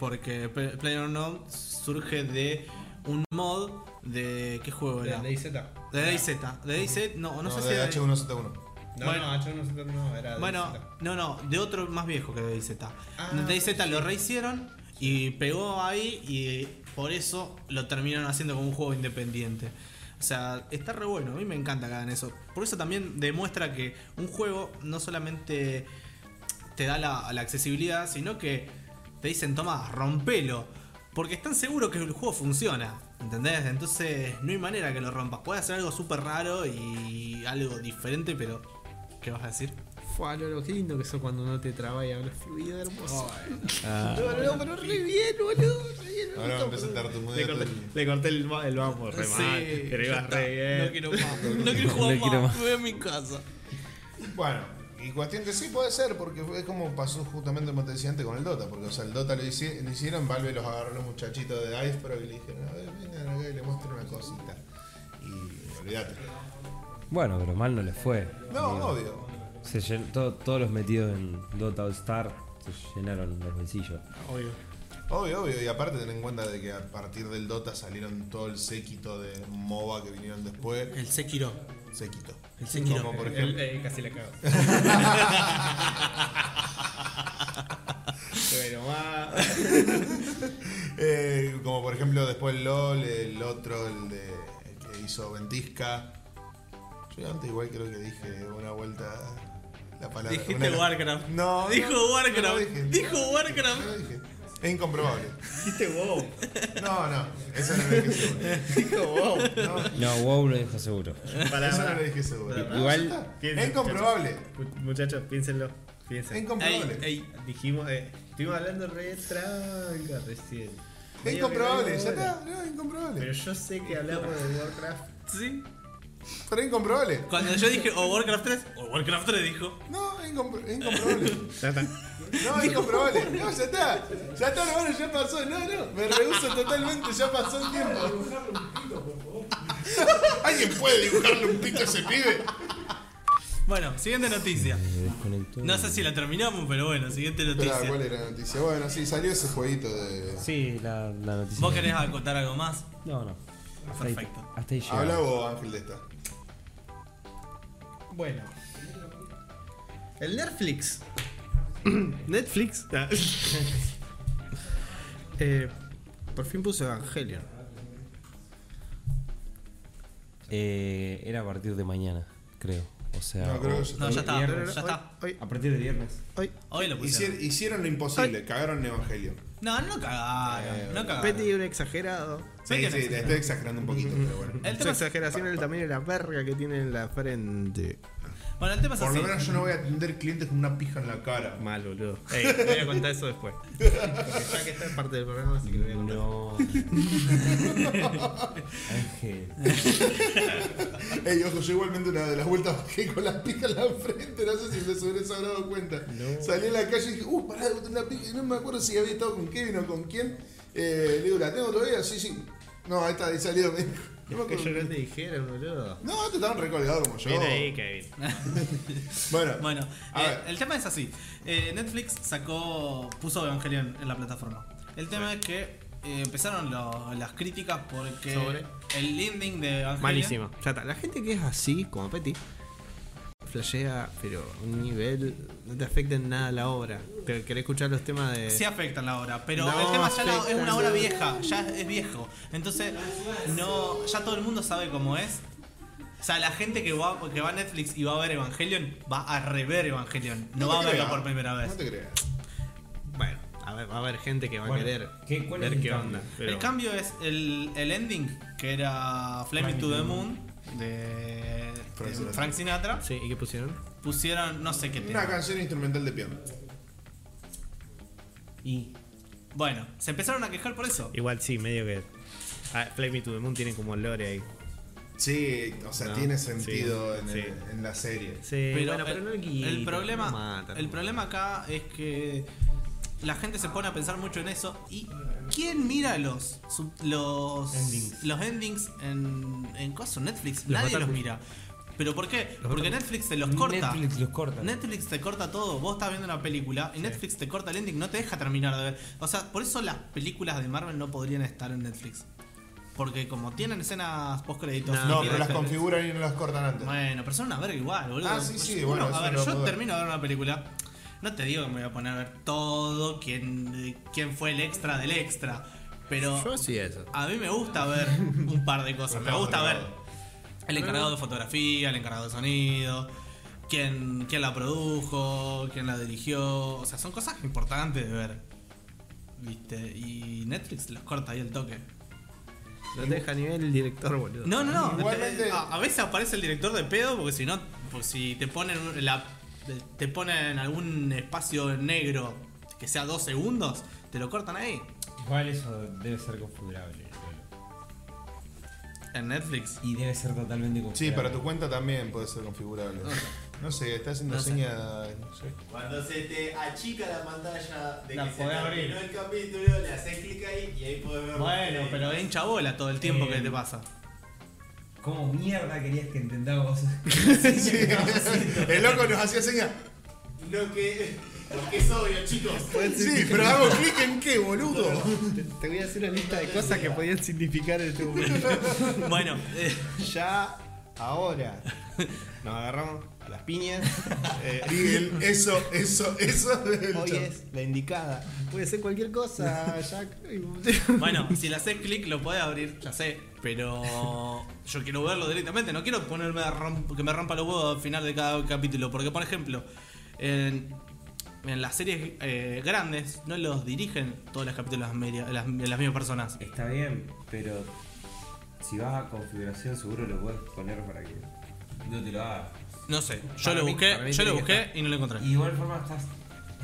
Porque Pe- PlayerUnknown surge de un mod de. ¿Qué juego De era? la De ley Z. DayZ. De DayZ, no, no, sé si de era. H1Z1. No, Bueno. no, yo no sé no, era de Bueno, Z. no, no, de otro más viejo que DayZ. Ah, DayZ lo rehicieron y pegó ahí y por eso lo terminaron haciendo como un juego independiente. O sea, está re bueno, a mí me encanta que hagan eso. Por eso también demuestra que un juego no solamente te da la, la accesibilidad, sino que te dicen, toma, rompelo. Porque están seguros que el juego funciona, ¿entendés? Entonces no hay manera que lo rompas. Puedes hacer algo súper raro y algo diferente, pero... ¿Qué vas a decir? Fua, Lolo, qué lindo que eso cuando no te traba y hablas fluido, hermoso. Ah, Lolo, pero re bien, boludo. re bien, me Ahora gustó, empecé a boludo. tartamudear. Le corté, le corté el, va- el vamos re mal, pero ya ibas está. re bien. No quiero más. No quiero jugar No quiero más. más. Me voy a mi casa. Bueno, y cuestión que sí puede ser, porque es como pasó justamente como te decía antes con el Dota, porque o sea, el Dota lo, hici- lo hicieron, Valve los agarró los muchachitos de Dice Pro y le dijeron, a ver, vengan acá y le muestro una cosita. Y olvídate. bueno, pero mal no les fue. No, Digo, obvio. se llen- to- todos los metidos en Dota All Star se llenaron los bolsillos. Obvio, obvio, y aparte ten en cuenta de que a partir del Dota salieron todo el séquito de MOBA que vinieron después. El Sekiro. Séquito. El Sekiro. Como por El- ejemplo. eh, casi la cago. Pero más. Eh, como por ejemplo después el LOL, el otro, el de el que hizo Ventisca. Yo antes igual creo que dije una vuelta la palabra. Dijiste una- Warcraft. No. Dijo no, no, Warcraft. no lo dije. Dijo No, no Warcraft. lo dije. Es incomprobable. Dijiste wow. No, no. Eso no lo dije seguro. Dijo wow. No, No, wow lo dijo seguro. eso no lo dije seguro. Pará, No, igual- ya está. Es incomprobable. Mu- Muchachos, piénsenlo. Es Piénsenlo. incomprobable. Ey, ey. Dijimos, eh, estuvimos hablando re tranca recién. Es Medio incomprobable. que Ya no era. está. No, es Pero incomprobable. yo sé que hablamos de Warcraft. Sí. Pero es incomprobable. Cuando yo dije o Warcraft 3, o Warcraft 3 dijo. No, es incompro- es incomprobable. Ya está. No, es comprobable. No, ya está. Ya está, hermano, ya pasó. No, no. Me rehuso totalmente, ya pasó el tiempo. ¿Alguien puede dibujarle un pito a ese pibe? Bueno, siguiente noticia. Se desconectó. No sé si la terminamos, pero bueno, siguiente Espera, ¿cuál noticia. era la noticia? Bueno, sí, salió ese jueguito de. Sí, la, la noticia. ¿Vos querés acotar algo más? No, no. Hasta ahí- Perfecto. Hasta ahí llegamos. Habla vos, Ángel, de esta. Bueno. El Netflix. Netflix. Ah. Eh, por fin puse Evangelion. Eh, era a partir de mañana, creo. O sea, No, creo o- que ya está. No, ya está. Hoy- Ya está. Hoy, a partir de viernes. hoy, Hoy lo pusieron. Hicier- hicieron lo imposible, cagaron Evangelio. No, no cagaron. No Petty cagaron. un exagerado. Sí, sí, le estoy exagerando un poquito, pero bueno. El Su tema es- exageración es el tamaño de la verga que tiene en la frente. bueno, el tema es Por lo así. menos yo no voy a atender clientes con una pija en la cara. Mal, boludo. Ey, voy a contar eso después. Porque ya que está en parte del programa, así que lo voy a contar. No. Ángel. Ey, ojo, yo igualmente una de las vueltas bajé con la pija en la frente, no sé si se sobre se habrá dado cuenta. Salí a la calle y dije, uh, pará, tengo una pija, y no me acuerdo si había estado con Kevin o con quién. Eh, le digo, ¿la tengo todavía? Sí, sí. No, ahí está, ahí salió. me dijo. No, me Que acuerdo. yo no te dijeron, boludo. no, te estaban recolgados como yo. Viene ahí, Kevin. Bueno, Bueno, A eh, ver. el tema es así. Eh, Netflix sacó, puso Evangelion en la plataforma. El tema es que eh, empezaron lo- las críticas porque Sobre. el ending de Evangelion... Malísimo. Ya está. La gente que es así, como Petty, flashea, pero a un nivel. No te afecta en nada la obra. Te querés escuchar los temas de. Sí afectan la hora, pero No el tema ya la- es afectan una hora la- vieja, ya es viejo. Entonces, no, ya todo el mundo sabe cómo es. O sea, la gente que va, que va a Netflix y va a ver Evangelion, va a rever Evangelion. No, va a te verlo creas, por primera vez. No te creas. Bueno, a ver, va a haber gente que va Bueno, a querer ¿qué- cuál es ver el qué cambio? onda. El pero- cambio es el, el ending, que era Flaming to the Moon, de, Frank de Sinatra. Frank Sinatra. Sí, ¿y qué pusieron? Pusieron, no sé qué tema. Una canción instrumental de piano. Y Bueno, Eh, se empezaron a quejar por eso. Igual sí, medio que. Ah, Fly Me to the Moon tiene como lore ahí. Sí, o sea, tiene sentido en, sí. en la serie. Sí, Pero bueno, el, pero no el le quita, problema, no mata, el no problema acá es que la gente se pone a pensar mucho en eso. ¿Y quién mira los sub- los Endings. los endings en, en cosas? Netflix. Los Nadie los otakus. mira. ¿Pero por qué? Porque Netflix te los corta. Netflix los corta. Netflix te corta todo. Vos estás viendo una película y Netflix te corta el ending, no te deja terminar de ver. O sea, por eso las películas de Marvel no podrían estar en Netflix. Porque como tienen escenas post créditos. No, pero las configuran y no las cortan antes. Bueno, pero son una verga igual, boludo. Ah, sí, sí, Uno- bueno, eso A ver, no yo puedo. termino de ver una película. No te digo que me voy a poner a ver todo, quién, eh, quién fue el extra del extra. Pero Yo sí eso. a mí me gusta ver un par de cosas. Me Estamos gusta ver grabados. el encargado de fotografía, el encargado de sonido, quién, quién la produjo, quién la dirigió. O sea, son cosas importantes de ver. ¿Viste? Y Netflix los corta ahí el toque. No te deja ni ver el director, boludo. No, no, no. Igualmente- A, a veces aparece el director de pedo porque si no, porque si te ponen la, te ponen algún espacio negro que sea dos segundos, te lo cortan ahí. Igual eso debe ser configurable. boludo. En Netflix. Y debe ser totalmente configurable. Sí, para tu cuenta también puede ser configurable. No sé, está haciendo No sé. señas. no sé. Cuando se te achica la pantalla de La que se podés terminó abrir. el capítulo, le haces clic ahí y ahí podés ver. Bueno, pero es hincha bola todo el tiempo que te pasa. ¿Cómo mierda querías que entendamos? Sí. El loco nos hacía señas. Lo que. Porque es obvio, chicos. Sí, pero hago clic en qué, boludo. Te, te voy a hacer una lista de cosas que podían significar en este momento. Bueno, eh, ya, ahora. Nos agarramos a las piñas. Eh, Miguel, eso, eso, eso. del hoy chabón. es la indicada. Puede ser cualquier cosa, Jack. bueno, si le haces clic lo podés abrir, ya sé. Pero yo quiero verlo directamente, no quiero ponerme a romp- que me rompa los huevos al final de cada capítulo. Porque, por ejemplo, en, en las series eh, grandes no los dirigen todos los capítulos las, media- las- las mismas personas. Está bien, pero si vas a configuración seguro lo puedes poner para que no te lo haga. No sé, yo Para lo mí- busqué, para mí yo lo tiene que busqué y no lo encontré. Y de igual forma estás,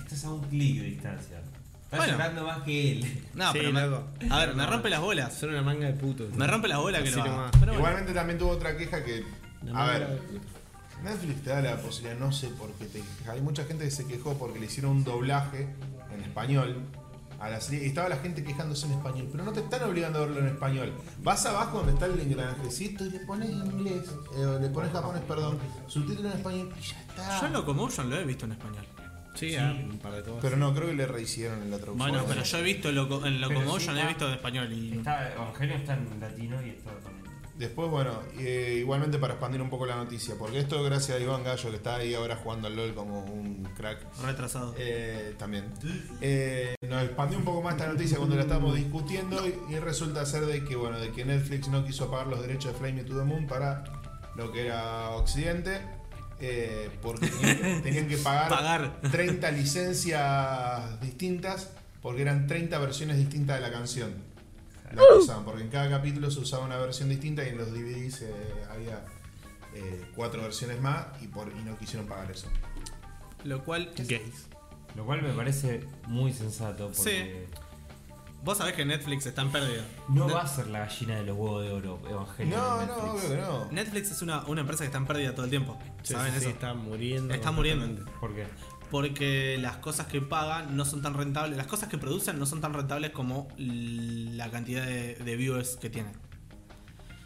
estás a un clic de distancia. Estás Bueno. llorando más que él. No, Sí, pero me- loco. a ver, me rompe las bolas. Son una manga de putos. Me rompe las bolas que Así lo haga. nomás. Pero bueno. Igualmente también tuvo otra queja que. A ver. Netflix te da la posibilidad, no sé por qué te quejas. Hay mucha gente que se quejó porque le hicieron un doblaje en español a la serie. Y estaba la gente quejándose en español, pero no te están obligando a verlo en español. Vas abajo donde está el engranajecito y le pones inglés, eh, o le pones japonés, perdón, subtítulo en español y ya está. Yo en Locomotion lo he visto en español. Sí, ah, pues un par de cosas. Pero no, creo que le rehicieron en la traducción. Bueno, pero yo he visto loco, en Locomotion, sí, he ah. visto en español y. Está, Evangelio está en latino y está también. Después, bueno, eh, igualmente para expandir un poco la noticia, porque esto gracias a Iván Gallo que está ahí ahora jugando al LOL como un crack. Retrasado. Eh, también. Eh, nos expandió un poco más esta noticia cuando la estábamos discutiendo y, y resulta ser de que, bueno, de que Netflix no quiso pagar los derechos de Fly Me to the Moon para lo que era Occidente. eh, porque tenían que, tenían que pagar, Pagar. 30 licencias distintas porque eran 30 versiones distintas de la canción. La que usaban, porque en cada capítulo se usaba una versión distinta y en los DVDs eh, había eh, cuatro versiones más y, por, y no quisieron pagar eso. Lo cual. Lo cual me parece muy sensato porque Vos sabés que Netflix está en pérdida. no Ne- va a ser la gallina del huevo de oro Evangelio. No, en no, Netflix. obvio que no. Netflix es una, una empresa que está en pérdida todo el tiempo. Sí, ¿Saben sí, sí, eso? Está muriendo. Está muriendo. completamente. ¿Por qué? Porque las cosas que pagan no son tan rentables. Las cosas que producen no son tan rentables como l- la cantidad de, de viewers que tienen.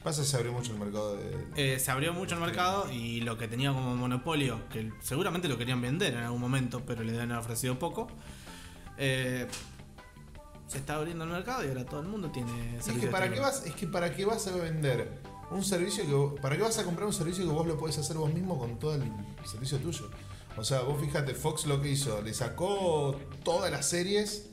Pasa, se abrió mucho el mercado de. Eh, se abrió mucho el mercado y lo que tenía como monopolio, que seguramente lo querían vender en algún momento, pero le habían ofrecido poco. eh, se está abriendo el mercado y ahora todo el mundo tiene es servicio que de para streaming. qué vas, es que para qué vas a vender un servicio que vos- para qué vas a comprar un servicio que vos lo podés hacer vos mismo con todo el servicio tuyo. O sea, vos fíjate, Fox lo que hizo, le sacó todas las series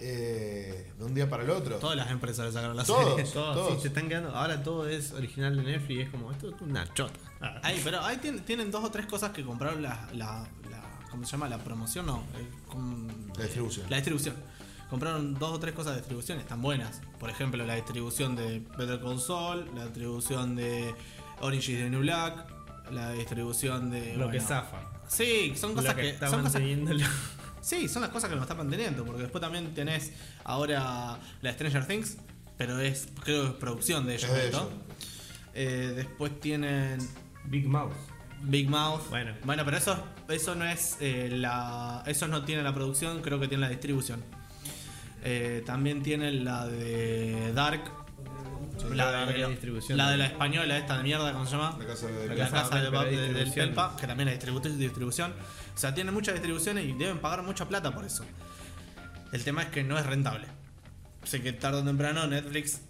eh, de un día para el otro. Todas las empresas le sacaron las Todos. series. Todos, Todos. sí, se están quedando. Ahora todo es original de Netflix y es como, esto es una chota. Ahí, pero ahí tien- tienen dos o tres cosas que compraron la, la, la- ¿cómo se llama? La promoción, no. eh, con- eh, La distribución. La distribución. Compraron dos o tres cosas de distribución, están buenas. Por ejemplo, la distribución de Better Console, la distribución de Orange is the New Black, la distribución de. lo que bueno, zafa. Sí, son cosas lo que, que. está son cosas- manteniendo lo- sí, son las cosas que nos están manteniendo. Porque después también tenés ahora la de Stranger Things, pero es, creo que es producción de ellos, Es de ¿no? ellos. Eh, después tienen Big Mouse. Big Mouth. Bueno. pero eso, eso no es eh, la. Eso no tiene la producción, creo que tiene la distribución. Eh, también tienen la de Dark. la Dark es la distribución. la de la española, esta de mierda, ¿cómo se llama? La casa de La, La casa, Casa de de Papel, Papel pero del distribución. Pelpa, que también es distribu- distribución. O sea, tienen muchas distribuciones y deben pagar mucha plata por eso. El tema es que no es rentable. Sé que tarde o temprano Netflix.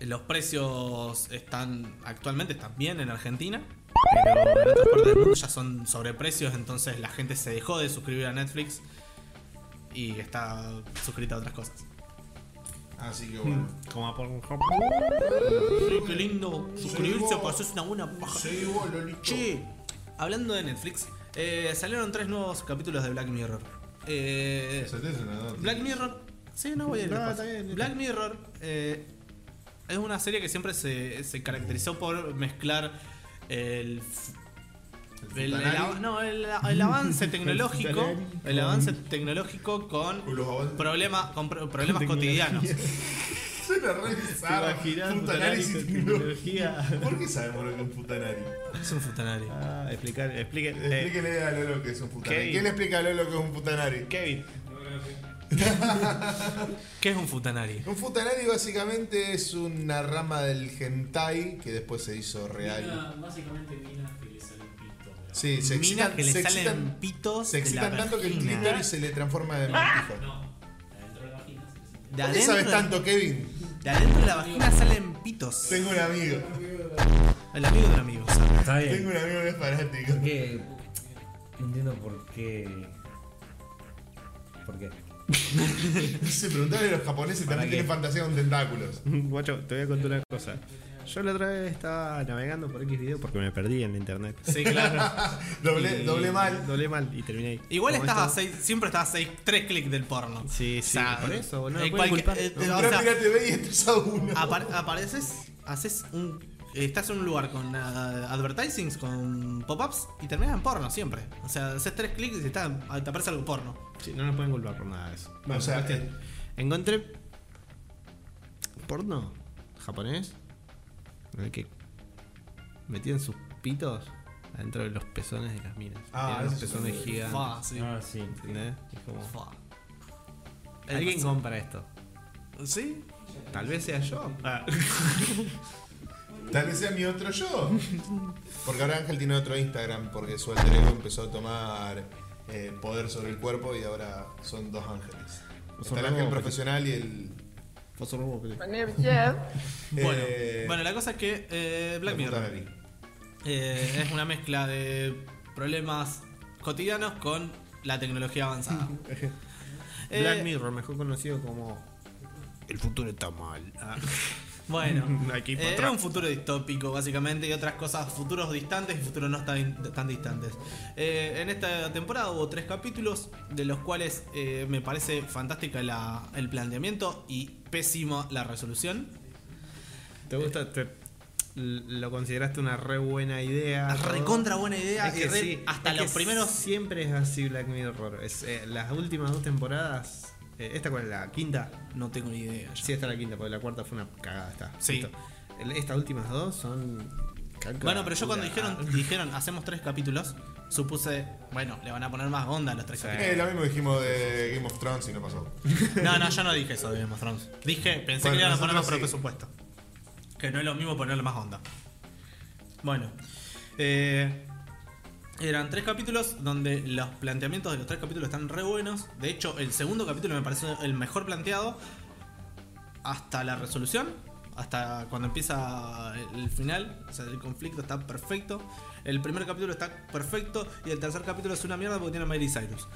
Los precios están. actualmente están bien en Argentina. Pero en otras partes del mundo ya son sobreprecios, entonces la gente se dejó de suscribir a Netflix y está suscrita a otras cosas. Así que bueno. Hmm. Como por Sí, qué lindo suscribirse, Seguimos. pasó es una buena paja. Sí, vos, Lolito. Che, hablando de Netflix, eh, salieron tres nuevos capítulos de Black Mirror. Eh, Se te hace una data. Black Mirror. Sí, no voy a ir. No, capaz. está bien, está Black Mirror eh, es una serie que siempre se, se caracterizó por mezclar el. f- el- el futanari. av- no, el, el avance tecnológico. el avance tecnológico con Con los avances. problema- con pro- problemas cotidianos. Suena re bizarro. Futanari sin tecnología. ¿Por qué sabemos lo que es un futanari? Es un futanari. Ah, explicar, explique. eh, Explíquele a Lolo que es un futanari. Kevin. ¿Quién le explica a Lolo que es un futanari? Kevin. ¿Qué es un futanari? Un futanari básicamente es una rama del hentai que después se hizo real. Mina, básicamente minas que le salen pito. ¿verdad? Sí, se Minas excitan, que le se salen excitan, pitos. se de la excitan tanto que el vagina. clítoris se le transforma de mantijo. Ah, No, adentro de la vagina se le sale. De ¿Por qué sabes adentro- tanto, Kevin? De adentro de la vagina salen pitos. Tengo un amigo. El amigo del amigo. Está Eh. bien. Tengo un amigo que es fanático. que no entiendo por qué. ¿Por qué? Se preguntaron a los japoneses ¿Para también qué? tienen fantasía con tentáculos. Guacho, te voy a contar una cosa. Yo la otra vez estaba navegando por X video porque me perdí en la internet. Sí, claro. Doble, doble mal. Doble mal y terminé ahí. Igual Como estás a esto- seis, siempre estás a seis, tres clics del porno. Sí, sí, por eso, boludo, no eh, me pueden cualquier- culpar. eh, te- o Entró sea, a Pirate Bay y estás a uno. apar- apareces, haces un. eh, Estás en un lugar con ah, advertisings, con pop-ups y terminas en porno siempre. O sea, haces tres clics y está, te aparece algo porno. Sí, no nos pueden culpar por nada de eso. o sea, cuestión. este- eh, encontré porno japonés en el que metían sus pitos adentro de los pezones de las minas. Ah, Eran los eso es pezones horrible. gigantes. Fa, sí. Ah, sí. ¿entendés? Es como, Fa. Alguien compra esto. Eh, Ah. ¿Sí? Tal vez sea yo. Tal vez sea mi otro yo. Porque ahora Ángel tiene otro Instagram porque su alter ego empezó a tomar eh, poder sobre el cuerpo y ahora son dos ángeles. Está el ángel profesional y el. Bueno, eh, bueno, la cosa es que eh, Black la Mirror. futanari. Eh, es una mezcla de problemas cotidianos con la tecnología avanzada. Eh, Black Mirror, mejor conocido como El futuro está mal. Bueno, Aquí para eh, era atrás. un futuro distópico básicamente y otras cosas, futuros distantes y futuros no tan, tan distantes. Eh, en esta temporada hubo tres capítulos, de los cuales eh, me parece fantástica la- el planteamiento y pésima la resolución. ¿Te gusta? Te- lo consideraste una re buena idea. todo? Recontra buena idea. Ah. Es que y re- sí, hasta es que los primeros Siempre es así Black Mirror. Es, eh, las últimas dos temporadas. eh, ¿Esta cuál es la quinta? No tengo ni idea. ya. Sí, esta es la quinta, porque la cuarta fue una cagada. Está, Sí. listo. El- Estas últimas dos son. Bueno, pero yo cuando calculadas. dijeron, dijeron hacemos tres capítulos, supuse, bueno, le van a poner más onda a los tres capítulos. Eh, lo mismo dijimos de Game of Thrones y no pasó. No, no, yo no dije eso de Game of Thrones. Dije, pensé Bueno, que le iban a poner nosotros más por sí. presupuesto. Que no es lo mismo ponerle más onda. Bueno, eh, eran tres capítulos donde los planteamientos de los tres capítulos están re buenos. De hecho, el segundo capítulo me pareció el mejor planteado hasta la resolución, hasta cuando empieza el final, o sea, el conflicto está perfecto. El primer capítulo está perfecto y el tercer capítulo es una mierda porque tiene a Miley Cyrus.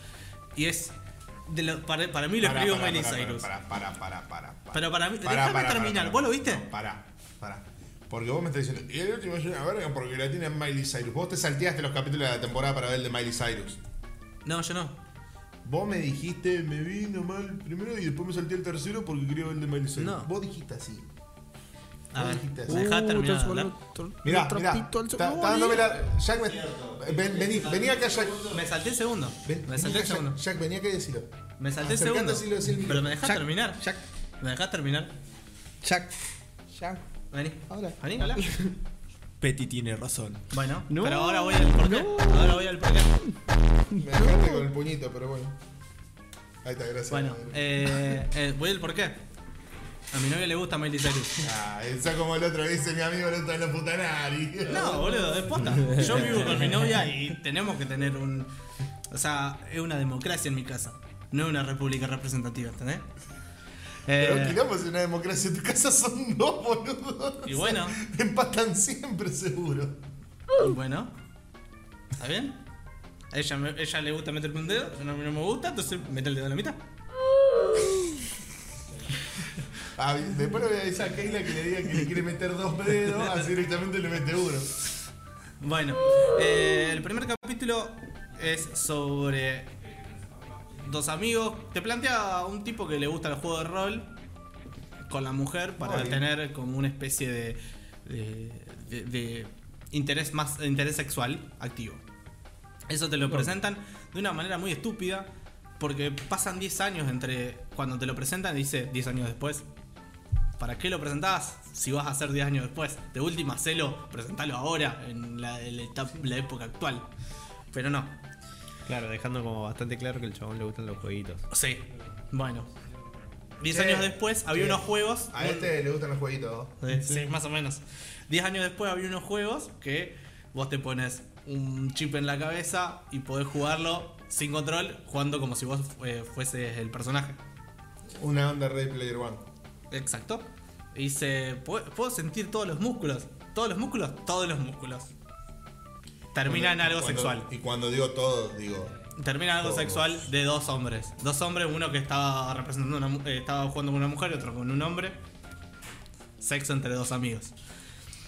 Y es de lo- para, para mí lo Pará, escribió pará, Miley pará, Cyrus. Pará, pará, pará, pará. pará. Pero para mí- Pará, déjame pará, terminar. pará, ¿Vos lo viste? No, pará, pará. Porque vos me estás diciendo, y el último es una verga porque la tiene Miley Cyrus. Vos te salteaste los capítulos de la temporada para ver el de Miley Cyrus. No, yo no. Vos me dijiste, me vi nomás el primero y después me salté el tercero porque quería ver el de Miley Cyrus. No. Vos dijiste así. A Vos ver, dijiste así. me dejá terminar de hablar. Mirá, mirá. Está está dándome la. Jack, me- ven- vení, vení acá, Jack. Me salté el segundo. Ven, Me vení salté el acá, segundo. Jack, Jack, vení acá y decilo. Me salté el Acercate segundo. así lo decís, mira. Pero me dejás Jack, terminar. Jack. ¿Me dejás terminar? Jack. Jack. Vení. Hola. Vení, hola. Petty tiene razón. Bueno, No. pero ahora voy al porqué. Ahora voy al porqué. Me dejaste con el puñito, pero bueno. Ahí está, gracias. Bueno, eh, eh, voy al porqué. A mi novia le gusta Miley Cyrus. Ah, está como el otro dice, mi amigo no está en la puta nadie. No, boludo, es posta. Yo vivo con mi novia y tenemos que tener un. O sea, es una democracia en mi casa. No es una república representativa, ¿entendés? Pero un Eh, quilombo es una democracia. En tu casa son dos, boludo. y bueno, Te empatan siempre, seguro. bueno. ¿Está bien? A ella, me- ella le gusta meterme un dedo, a mí no me gusta, entonces mete el dedo a la mitad. Ah, después le voy a decir a Keila que le diga que le quiere meter dos dedos, así directamente le mete uno. Bueno, eh, el primer capítulo es sobre dos amigos. Te plantea un tipo que le gusta el juego de rol con la mujer para Muy bien. tener como una especie de, de- de- de interés más interés sexual activo. Eso te lo presentan de una manera muy estúpida porque pasan 10 años entre cuando te lo presentan y dice 10 años después. ¿Para qué lo presentabas si vas a hacer 10 años después? De última, celo, presentalo ahora, en la, en la etapa- la época actual. Pero no, Claro, dejando como bastante claro que al chabón le gustan los jueguitos. sí, bueno. 10 Che, años después había che. unos juegos. A este le gustan los jueguitos. Sí, sí, más o menos. 10 años después había unos juegos que vos te pones un chip en la cabeza y podés jugarlo sin control, jugando como si vos eh, fueses el personaje. Una onda Red Player One. Exacto. Y dice, "Pu- puedo sentir todos los músculos. Todos los músculos, todos los músculos. Termina en Cuando- algo cuando- sexual. Y cuando digo todo, digo. Termina en algo todos. sexual de dos hombres. Dos hombres, uno que estaba representando una mu- eh, estaba jugando con una mujer y otro con un hombre. Sexo entre dos amigos.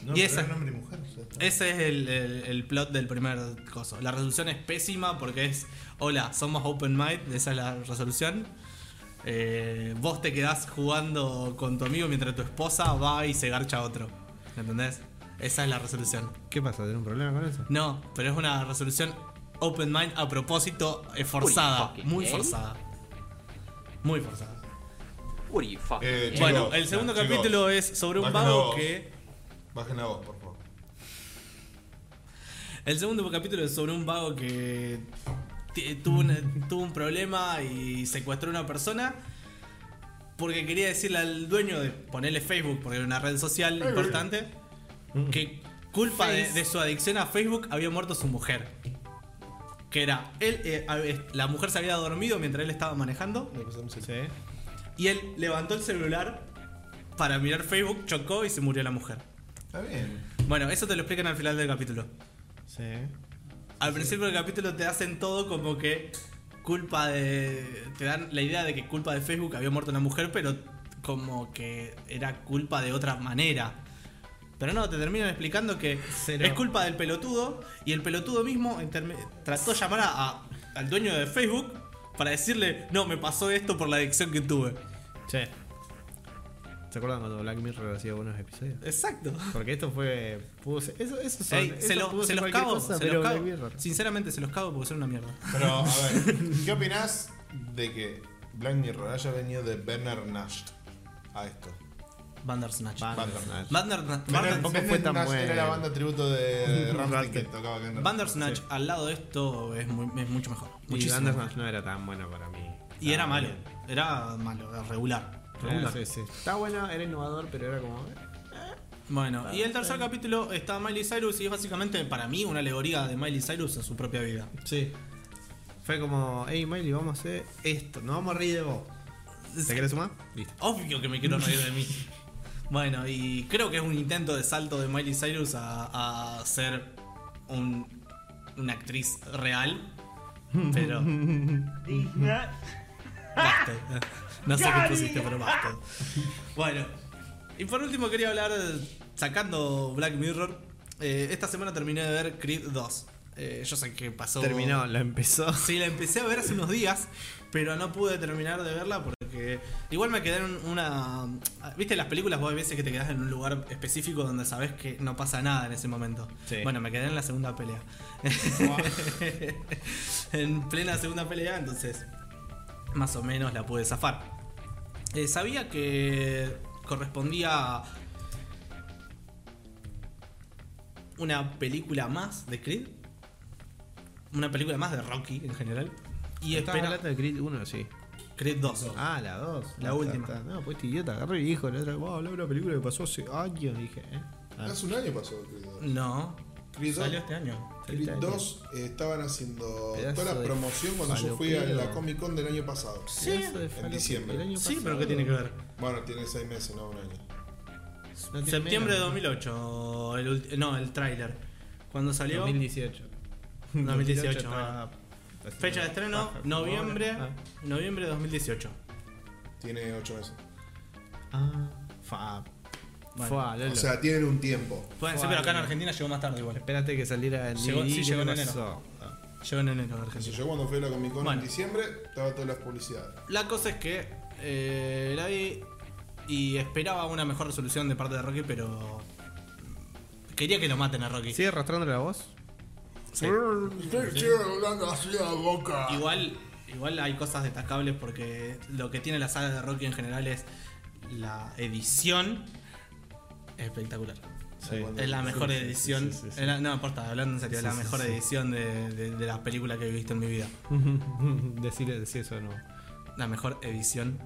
No, Y pero esa- era hombre y mujer. ya está. Ese es el, el- el plot del primer coso. La resolución es pésima porque es, hola, somos open mind, esa es la resolución. Eh, vos te quedás jugando con tu amigo mientras tu esposa va y se garcha a otro. ¿Entendés? Esa es la resolución. ¿Qué pasa? ¿Tenés un problema con eso? No, pero es una resolución open mind a propósito, eh, forzada. Muy forzada. Muy forzada. What are you fucking? Eh, kidding? bueno, Chicos, el segundo chicos, capítulo es sobre un bajen la vago voz. que... Bajen la voz, por favor. El segundo capítulo es sobre un vago que t- tuvo un, tuvo un problema y secuestró a una persona porque quería decirle al dueño de ponerle Facebook, porque era una red social importante, que culpa de, de su adicción a Facebook había muerto su mujer. Que era, él, eh, a- eh, la mujer se había dormido mientras él estaba manejando Sí. y él levantó el celular para mirar Facebook, chocó y se murió la mujer. Está bien. Bueno, eso te lo explican al final del capítulo. Sí. Al principio del capítulo te hacen todo como que culpa de. Te dan la idea de que culpa de Facebook había muerto una mujer, pero como que era culpa de otra manera. Pero no, te terminan explicando que es culpa del pelotudo y el pelotudo mismo interme- trató de llamar a, a- al dueño de Facebook para decirle: No, me pasó esto por la adicción que tuve. Che. ¿Se acuerdan cuando Black Mirror hacía buenos episodios? Exacto. Porque esto fue. pudo ser- eso, eso son- Ey, eso se, lo- pudo se ser los cualquier cago, cosa, se pero los cago. Black Mirror. Sinceramente, se los cago porque son una mierda. Pero, a ver, ¿qué opinás de que Black Mirror haya venido de Bernard Nash a esto? Bandersnatch. Bandersnatch. Bandersnatch. Bernard- tampoco fue Bernard tan Nash bueno. era la banda tributo de Ramstein que Rammstein. tocaba acá en Bandersnatch al lado de esto es, muy- es mucho mejor. Y Muchísimo. Bandersnatch no era tan bueno para mí. Y era Ah, malo. bien. Era malo, era regular. Ah, regular. sí, sí. Está bueno, era innovador, pero era como. eh, Bueno, y el tercer capítulo está Miley Cyrus y es básicamente para mí una alegoría de Miley Cyrus a su propia vida. Sí. Fue como, hey Miley, vamos a hacer esto, no vamos a reír de vos. ¿Te querés sumar? Listo. Obvio que me quiero reír de mí. Bueno, y creo que es un intento de salto de Miley Cyrus a, a ser un- una actriz real. Pero. Basta. No sé qué pusiste, pero basta. Bueno, y por último quería hablar, eh, sacando Black Mirror. eh, esta semana terminé de ver Creed 2. Eh, yo sé que pasó. Terminó, la empezó. Sí, la empecé a ver hace unos días, pero no pude terminar de verla porque igual me quedé en una... ¿Viste las películas? Vos hay veces que te quedás en un lugar específico donde sabes que no pasa nada en ese momento. Sí. Bueno, me quedé en la segunda pelea. en plena segunda pelea, entonces más o menos la pude zafar. Eh, sabía que correspondía una película más de Creed. Una película más de Rocky en general. Y Estaba espera hablando de Creed 1, sí. Creed 2. Ah, la 2. La última. No, pues este idiota, agarré y dijo, la otra, vamos a hablar de una película que pasó hace años, dije, eh. Ah. Hace un año pasó el Creed 2. No. Creed Mm. Salió 2. este año. Creed 2 eh, estaban haciendo Pedazo toda la de promoción cuando yo fui a la falopero. Comic Con del año pasado. Sí. Eso de Falopero, diciembre. el año Sí, pasado. pero ¿qué tiene que ver? Bueno, tiene 6 meses, no un año. No tiene Septiembre de menos, 2008, el ulti- no, el tráiler. Cuando salió, 2018. 2018, estaba haciendo ah. fecha de estreno, paja, como noviembre, ahora. noviembre de 2018. Tiene 8 meses. Ah, fa. Bueno. Fa, Lolo. O sea, tienen un tiempo. Pueden ser, pero acá en Argentina llegó más tarde igual. Espérate que saliera el Llegó- DVD, sí, ¿qué llegó en le enero. pasó? Llegó en enero en Entonces, Argentina. yo cuando fui a la Comic Con Bueno. en diciembre, estaba todas las publicidades. La cosa es que eh, la vi y esperaba una mejor resolución de parte de Rocky, pero quería que lo maten a Rocky. ¿Sigue arrastrando la voz? Sí. Sigue hablando así a boca. Igual, igual hay cosas destacables porque lo que tiene la saga de Rocky en general es la edición espectacular. Es la mejor edición. es la- no, importa, hablando en serio, es la mejor edición de, de, de las películas que he visto en mi vida. Decirle decir eso no. La mejor edición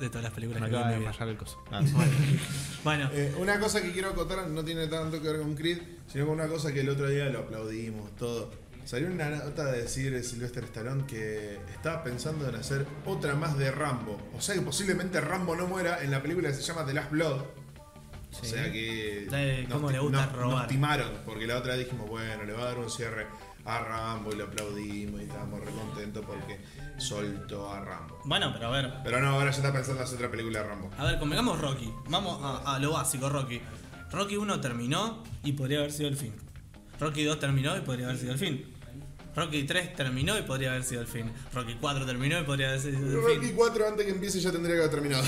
de todas las películas Me que he acaba visto en de mi vida. fallar el coso. Ah. Bueno, Eh, una cosa que quiero acotar no tiene tanto que ver con Creed, sino con una cosa que el otro día lo aplaudimos, todo. Salió una nota de decir de Sylvester Stallone que estaba pensando en hacer otra más de Rambo. O sea que posiblemente Rambo no muera en la película que se llama The Last Blood. O Sí. sea que. Eh, nos cómo ti- le gusta nos- robar. nos timaron, porque la otra dijimos, bueno, le va a dar un cierre a Rambo y lo aplaudimos y estábamos recontentos porque soltó a Rambo. bueno, pero a ver. Pero no, ahora ya está pensando en hacer otra película de Rambo. A ver, convengamos Rocky. Vamos a, a lo básico, Rocky. Rocky 1 terminó y podría haber sido el fin. Rocky 2 terminó y podría haber sido el fin. Rocky 3 terminó y podría haber sido el fin. Rocky 4 terminó y podría haber sido el Rocky fin. 4 antes que empiece ya tendría que haber terminado.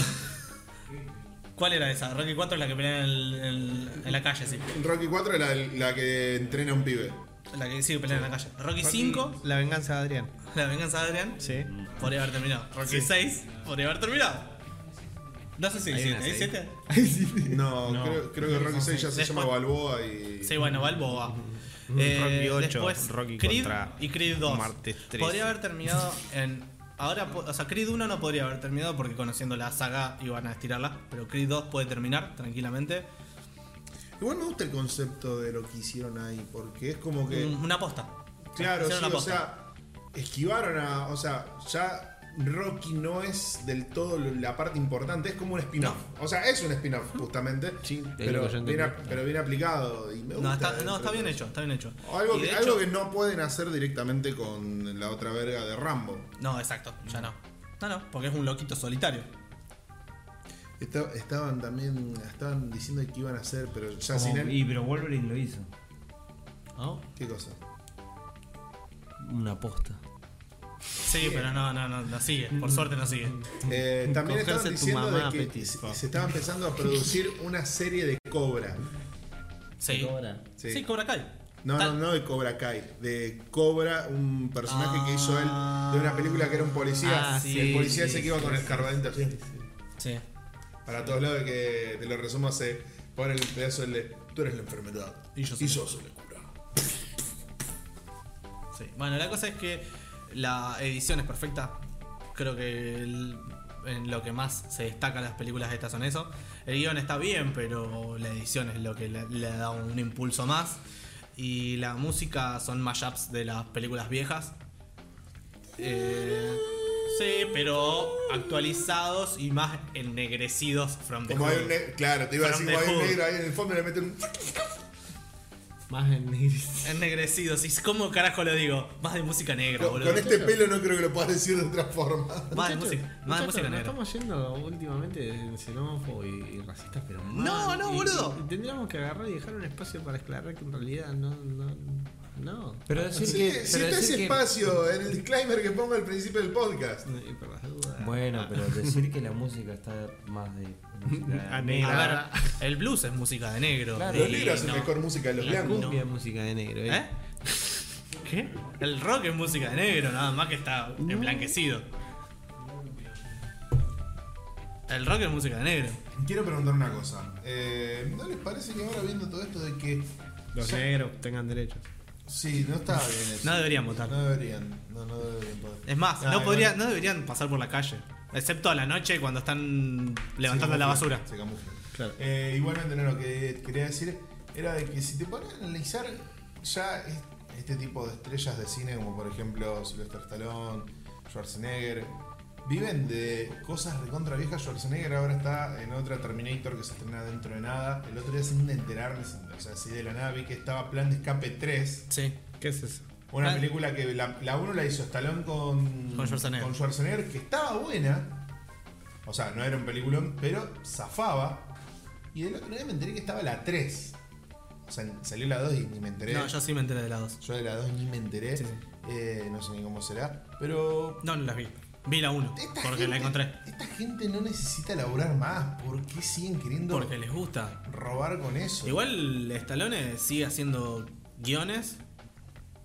¿Cuál era esa? Rocky 4 es la que pelea en, el- en- en la calle, sí. Rocky 4 era el- la que entrena a un pibe. La que sigue peleando en la calle. Rocky 5, La venganza de Adrián. la venganza de Adrián, Sí. podría haber terminado. Rocky 6, podría haber terminado. No sé si hay 7, ¿hay 7? No, creo, creo que Rocky 6 ya se Después- llama Balboa y. Sí, bueno, Balboa. Mm, Rocky 8, Eh, después Rocky Creed contra y Creed 2. Martes 13. Podría haber terminado en. Ahora, po- o sea, Creed 1 no podría haber terminado porque conociendo la saga iban a estirarla, pero Creed 2 puede terminar tranquilamente. Igual me gusta el concepto de lo que hicieron ahí, porque es como que. Un- Una posta. Claro, sí, Mm. Hicieron una o posta. sea, esquivaron a. O sea, ya Rocky no es del todo lo- la parte importante, es como un spin-off. O sea, es un spin-off, justamente. lo pero, que yo bien, a- entendí. pero bien aplicado. Y me no, gusta está, dentro no, está de bien todo. hecho, está bien hecho. Algo Y que, de algo hecho- que no pueden hacer directamente con la otra verga de Rambo. No, exacto, ya no. No, no, porque es un loquito solitario. Esta- estaban también estaban diciendo que iban a hacer, pero ya sin Como- él. y pero Wolverine lo hizo. ¿Qué cosa? Una posta. Sí, pero no, no, no, no sigue. Por Mm. suerte no sigue. Eh, también estaban Cogerse tu diciendo de mamá, que Petit, se, po. se estaba empezando a producir una serie de Cobra. Sí. Sí. Sí, Cobra Kai. No, Tal- no, no de Cobra Kai. De Cobra, un personaje que hizo él de una película que era un policía. Ah, sí, el policía sí, se que iba con el carbadente así. Sí. Para todos lados, que te lo resumo, se pone el pedazo del de, tú eres la enfermedad. Y yo soy la la cura. Sí. Bueno, la cosa es que la edición es perfecta. Creo que el- en lo que más se destaca las películas estas son eso. El guión está bien, pero la edición es lo que le, le da un impulso más. Y la música son mashups de las películas viejas. Eh, sí, pero actualizados y más ennegrecidos from the Como hay hood. un ne- claro, te iba a From decir, the como hay un hood. negro ahí en el fondo y le meten un. Más en gris. Ennegrecidos, ¿y cómo carajo lo digo? Más de música negra, Con, boludo. con este pelo no creo que lo puedas decir de otra forma. Más de música, más de música nos negra. estamos yendo últimamente en xenófobo y, y racistas, pero No, mal. no, Y- boludo. y tendríamos que agarrar y dejar un espacio para aclarar que en realidad no. No. no. Pero decir Si, que. te- si pero está decir ese que- espacio en el disclaimer que pongo al principio del podcast. Y por las dudas. Bueno, pero decir que la música está más de. música- A A negra. ver, el blues es música de negro. Claro. Los y negros hacen no. mejor música de los La blancos. cumbia es música de negro, ¿eh? ¿Eh? ¿Qué? El rock es música de negro, nada más que está emblanquecido. El rock es música de negro. Quiero preguntar una cosa. Eh, ¿No les parece que ahora viendo todo esto de que. Los ya- negros tengan derechos. Sí, no está bien eso. No deberían votar. No deberían. No, no deberían poder. Es más, Ah, no, igual. podría, no deberían pasar por la calle. Excepto a la noche cuando están levantando Se la camuflan, basura. Se camuflan. Claro. Eh, igualmente, no, lo que quería decir era de que si te pones a analizar ya es- este tipo de estrellas de cine, como por ejemplo Sylvester Stallone, Schwarzenegger, viven de cosas recontra viejas. Schwarzenegger ahora está en otra Terminator que se estrena dentro de nada. El otro día sin enterarme, sin- o sea, así de la nada vi que estaba Plan de Escape 3. Sí. ¿Qué es eso? Una Ah. película que la, la uno la hizo Stallone con, Con Schwarzenegger. con Schwarzenegger, que estaba buena. O sea, no era un peliculón, pero zafaba. Y del otro día me enteré que estaba la 3. O sea, salió la 2 y ni me enteré. No, yo sí me enteré de la dos. Yo de la 2 ni me enteré. Sí, sí. Eh, no sé ni cómo será. Pero. No, no las vi. Vi la 1. esta Porque gente- la encontré. Esta gente no necesita laburar más. ¿Por qué siguen queriendo Porque les gusta. robar con eso? Igual Stallone sigue haciendo guiones.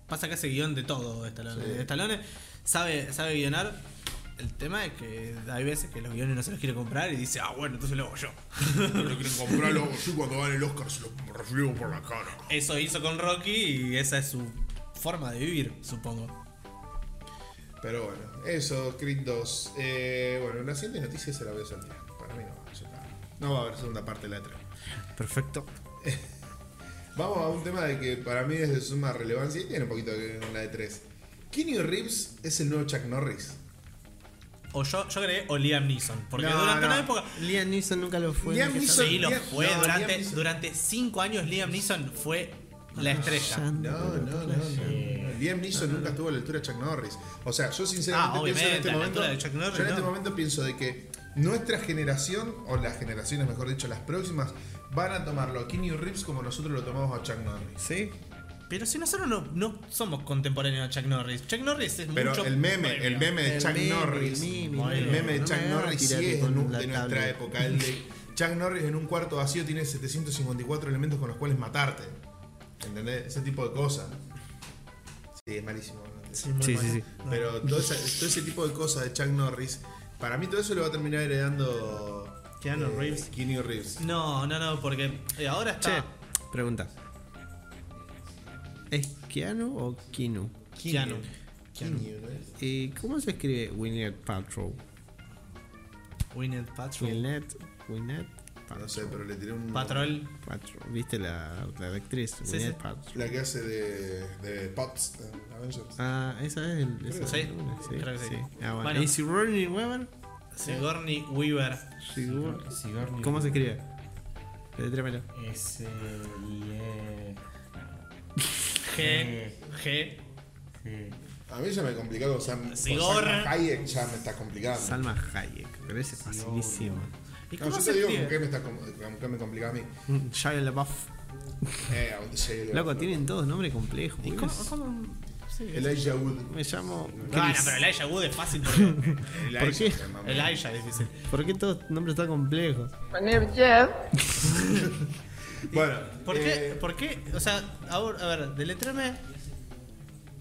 Pasa que hace guión de todo Stallone. Sí. Stallone sabe, sabe guionar. El tema es que hay veces que los guiones no se los quiere comprar y dice, ah, bueno, entonces lo hago yo. no quieren comprarlo. Yo cuando van el Oscar se lo refriego por la cara. Eso hizo con Rocky y esa es su forma de vivir, supongo. Pero bueno, eso, Creed 2. Eh, bueno, la siguiente noticia se la voy a soltar. Para mí no va, ya está. No va a haber segunda parte de la 3. Perfecto. Vamos a un tema de que para mí es de suma relevancia y tiene un poquito que ver con la de 3. Kenny Reeves es el nuevo Chuck Norris. O yo, yo creé o Liam Neeson. Porque No, durante no. una época. Liam Neeson nunca lo fue. Liam nunca Neeson- sí, lo Liam- fue. no, durante, Liam Neeson- durante cinco años Liam Neeson fue la estrella. No, no, no. no. Liam Neeson nunca estuvo a la altura de Chuck Norris. O sea, yo sinceramente Ah, pienso en este obviamente, a la momento. altura de Chuck Norris, yo en este no. momento pienso de que nuestra generación, o las generaciones, mejor dicho, las próximas, van a tomarlo a Kenny Reeves como nosotros lo tomamos a Chuck Norris. Sí. Pero si nosotros no, no somos contemporáneos a Chuck Norris. Chuck Norris es Pero mucho. el meme, el meme de El Chuck meme, Norris. el El meme, meme, no, de no Chuck me hagas Norris sí tirarle es con nu- la de nuestra tablet. época. El de Chuck Norris en un cuarto vacío tiene 754 elementos con los cuales matarte. ¿Entendés? Ese tipo de cosas. Sí, es malísimo. ¿no? Sí, sí, sí. Pero todo ese, todo ese tipo de cosas de Chuck Norris, para mí todo eso lo va a terminar heredando. eh, Keanu Reeves. Keanu Reeves. No, no, no, porque eh, ahora está. Pregunta. ¿Es Keanu o Kinu? Keanu. Keanu, ¿no es? ¿Y cómo se escribe Winnet Paltrow? Winnet Patrol. Winnet, Winnet Paltrow. Ah, No sé, pero le tiré un. Patrol. Paltrow. ¿Viste la, la actriz? Sí, Gwyneth sí. Paltrow. La que hace de, de Potts en Avengers. Ah, esa es el. esa Sí, es la- creo que sí. Ah, bueno. Bueno. ¿Y Sigourney Weaver? Sigourney Weaver. Sigour- Sigourney ¿Cómo se escribe? Letrémelo. S I E G. G. G. A mí ya me complicó con Sam. con Sigourney. Salma Hayek ya me está complicando. Salma Hayek. Pero ese es facilísimo. ¿Y No, cómo yo se te digo escribe? con qué me está com- con qué me complica a mí. Mm, Shia LaBeouf. Eh, a dónde llegue la- Loco, tienen todos nombres complejos. ¿Y boludo. cómo- cómo- Elijah Wood. Me llamo. Bueno, pero el Aya Wood es fácil porque. Elijah, qué? se llama. el Aya es difícil. ¿Por qué todos nombres tan complejos? My name's Jeff. Bueno, ¿Por qué? eh, ¿Por qué? O sea, ahora, a ver, deletrame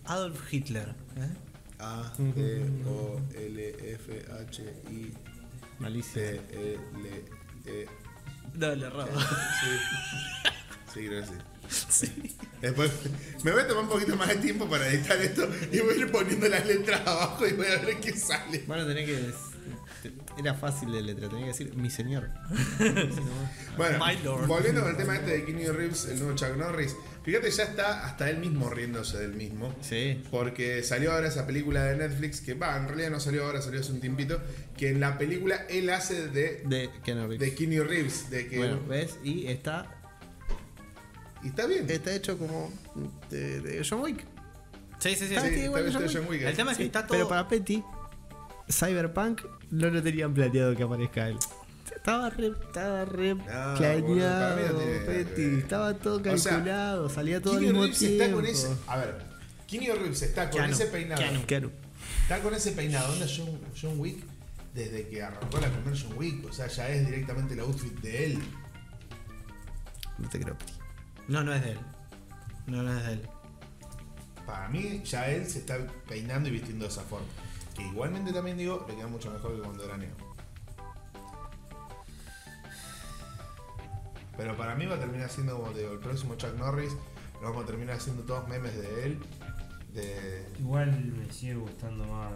Adolf Hitler. ¿eh? A D O L F H I Malísimo. C L E. No, le robo. Sí. Sí, creo que sí. Después me voy a tomar un poquito más de tiempo para editar esto y voy a ir poniendo las letras abajo y voy a ver qué sale. Van a tener que. des- te- Era fácil de letra, tenía que decir mi señor. Bueno, My lord. volviendo con el tema este de Kenny Reeves, el nuevo Chuck Norris, fíjate, ya está hasta él mismo riéndose del mismo. Sí. Porque salió ahora esa película de Netflix, que va, en realidad no salió ahora, salió hace un tiempito, que en la película él hace de, De Keanu Reeves. de Kenny Reeves, de que... Bueno, ¿ves? Y está. Y está bien. Está hecho como. de, de John Wick. Sí, sí, sí. Está Sí, bien, igual está que bien, John John Wick. El tema es que Sí, está Pero todo. para Petty, Cyberpunk no lo tenían planeado que aparezca él. Estaba re, estaba re boludo, para mí planeado, no tiene nada que Petty. ver. Estaba todo O sea, calculado, salía todo al Kenny mismo Reeves tiempo. está con ese... A ver, Kenny Reeves está con Keanu, ese peinado. Keanu. Keanu. Está con ese peinado, onda John, John Wick, desde que arrancó la primera John Wick, o sea, ya es directamente el outfit de él. No te creo, Petty. No, no es de él. No, no es de él. Para mí, ya él se está peinando y vistiendo de esa forma. Que igualmente también digo, le queda mucho mejor que cuando era neo. Pero para mí va a terminar siendo, como te digo, el próximo Chuck Norris. Lo vamos a terminar haciendo todos memes de él. De. Igual me sigue gustando más.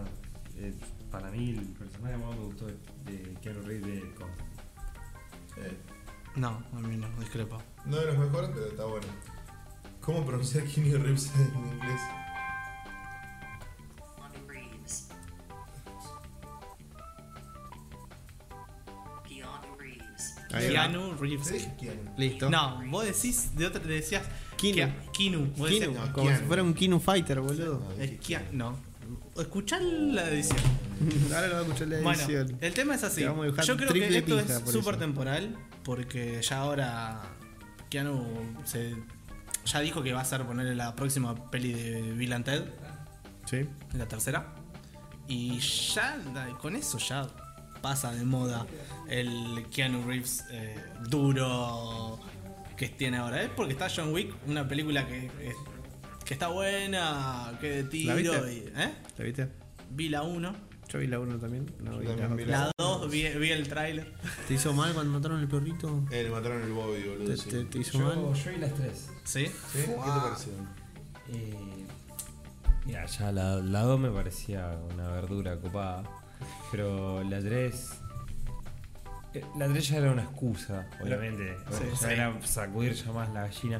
eh, para mí, el personaje más me gustó de Keanu Reeves de Constantine. eh, No, a mí no, discrepo. no de los mejores, pero está bueno. ¿Cómo pronunciar Kenny Reeves en inglés? Keanu Reeves. Ahí va. Keanu Reeves. ¿Se dice Keanu? Listo. No, vos decís, de otra, decías. Kinu. Kea- Kinu. Vos decías- Kinu, no, como Keanu. si fuera un Kinu Fighter, boludo. No, Es dije Kia- no. Escuchá la edición. Ahora lo voy a escuchar la Bueno, edición. el tema es así. Te vamos a dibujar Yo creo que triple esto pija es por súper eso. temporal, porque ya ahora Keanu se, ya dijo que va a ser ponerle la próxima peli de Bill and Ted, Sí. la tercera. Y ya da- con eso ya pasa de moda el Keanu Reeves eh, duro que tiene ahora. Es porque está John Wick, una película que, es- que está buena, que de tiro. viste? y- ¿eh? ¿La viste? Vi la 1, Yo vi la 1 también. No, vi la también vi otra. la la 2 vi, vi el tráiler. ¿Te hizo mal cuando mataron al perrito? Eh, le mataron el Bobby, boludo. ¿Te, sí. te- te hizo Yo, mal? yo vi las tres. ¿Sí? ¿Sí? ¿Qué te pareció? Eh, Mira, ya la, la 2 me parecía una verdura copada. Pero la 3. La 3 ya era una excusa, obviamente. Sí, ya sí. era sacudir ya más la gallina.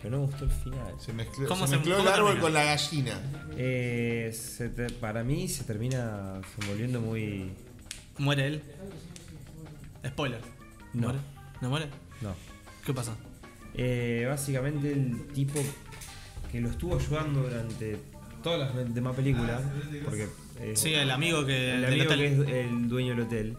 Pero no me gustó el final. Se mezcló, ¿Cómo se se- mezcló el cómo árbol termina? con la gallina. Eh, se te- para mí se termina volviendo muy. Muere él. Spoiler. No. ¿Muere? ¿No muere? No. ¿Qué pasa? Eh, básicamente el tipo que lo estuvo ayudando durante todas las demás películas. Porque. eh, Sí, el amigo que. El del amigo hotel. que es el dueño del hotel.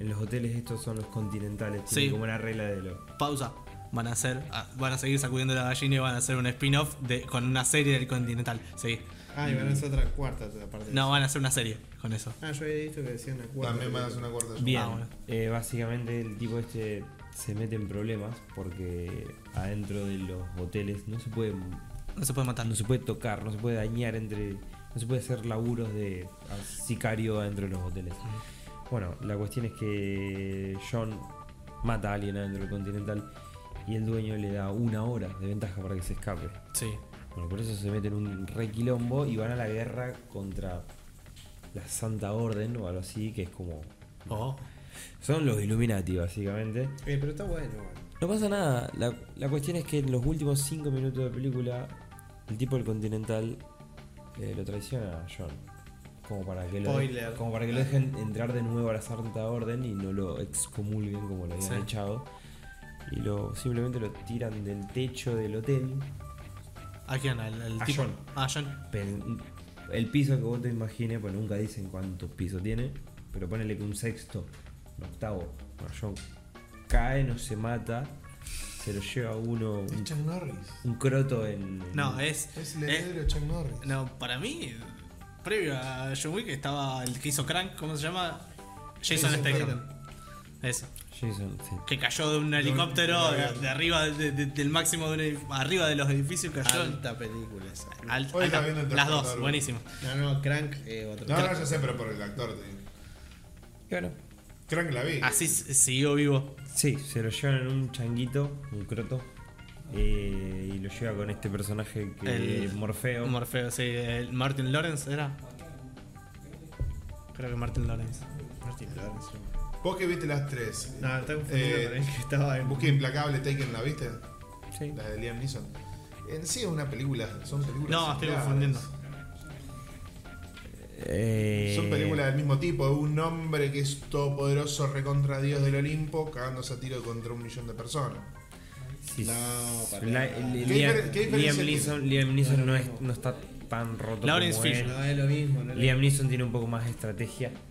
En los hoteles estos son los continentales, tienen Sí. como una regla de lo. Pausa. Van a hacer. ah, Van a seguir sacudiendo la gallina y van a hacer un spin-off de- con una serie del Continental. Sí. Ah, y van a hacer otra cuarta aparte. No, van a hacer una serie con eso. Ah, yo había visto que decían una cuarta. También me das una cuarta. yo. Bien. Ah, bueno. Eh, básicamente el tipo este se mete en problemas porque adentro de los hoteles no se puede No se puede matar. no se puede tocar, no se puede dañar entre. No se puede hacer laburos de sicario adentro de los hoteles. Bueno, la cuestión es que John mata a alguien adentro del continental y el dueño le da una hora de ventaja para que se escape. Sí. Bueno, por eso se meten en un re quilombo y van a la guerra contra la Santa Orden o algo así, que es como. Oh. Son los Illuminati, básicamente. Eh, pero está bueno, bueno. No pasa nada. La, la cuestión es que en los últimos 5 minutos de película, el tipo del Continental eh, lo traiciona a John. Como para que lo, Spoiler. como para que lo dejen entrar de nuevo a la Santa Orden y no lo excomulguen como lo habían Sí. echado. Y lo simplemente lo tiran del techo del hotel. ¿A quién? ¿Al, al A tipo? John. A John. Pen- El piso que vos te imagines, pues nunca dicen cuántos pisos tiene, pero ponele que un sexto, un octavo. Bueno, John cae, no se mata, se lo lleva uno, Es un Chuck Norris. un croto en. No, es. Es el eh, heredero de Chuck Norris. no, para mí. Previo a John Wick estaba el que hizo Crank, ¿cómo se llama? Jason Jason Statham. Ese. Jason, sí. Que cayó de un helicóptero de, de arriba de- de- del máximo de un edif- arriba de los edificios cayó. Alta película esa. Al- Hoy la alta- vi en el las tercer dos, árbol. buenísimo. No, no, Crank, eh, otro. No, no, yo sé, pero por el actor. te digo. Y bueno, Creo que la vi. Ah, Así s- siguió vivo. sí, se lo llevan en un changuito, un croto, eh, y lo lleva con este personaje que El- Morfeo. Morfeo, sí. el Martin Lawrence era. Creo que Martin Lawrence. Martin Lawrence. Vos que viste las tres. No, Ah, está confundido Eh, con el que estaba en. Busqué Implacable, Taken, ¿la viste? Sí. La de Liam Neeson. En sí es una película. Son películas. No, estoy similares. confundiendo. Eh, Son películas del mismo tipo. de Un hombre que es todopoderoso, recontra Dios del Olimpo, cagándose a tiro contra un millón de personas. sí, No, sí, para la- nada. el- el ¿Qué Liam, difer- qué diferencia Liam tiene? Neeson, Liam Neeson no, es- no está tan roto Lawrence como él. Fishburne. No, es lo mismo. No es lo Liam Neeson tiene un poco más de estrategia. mismo.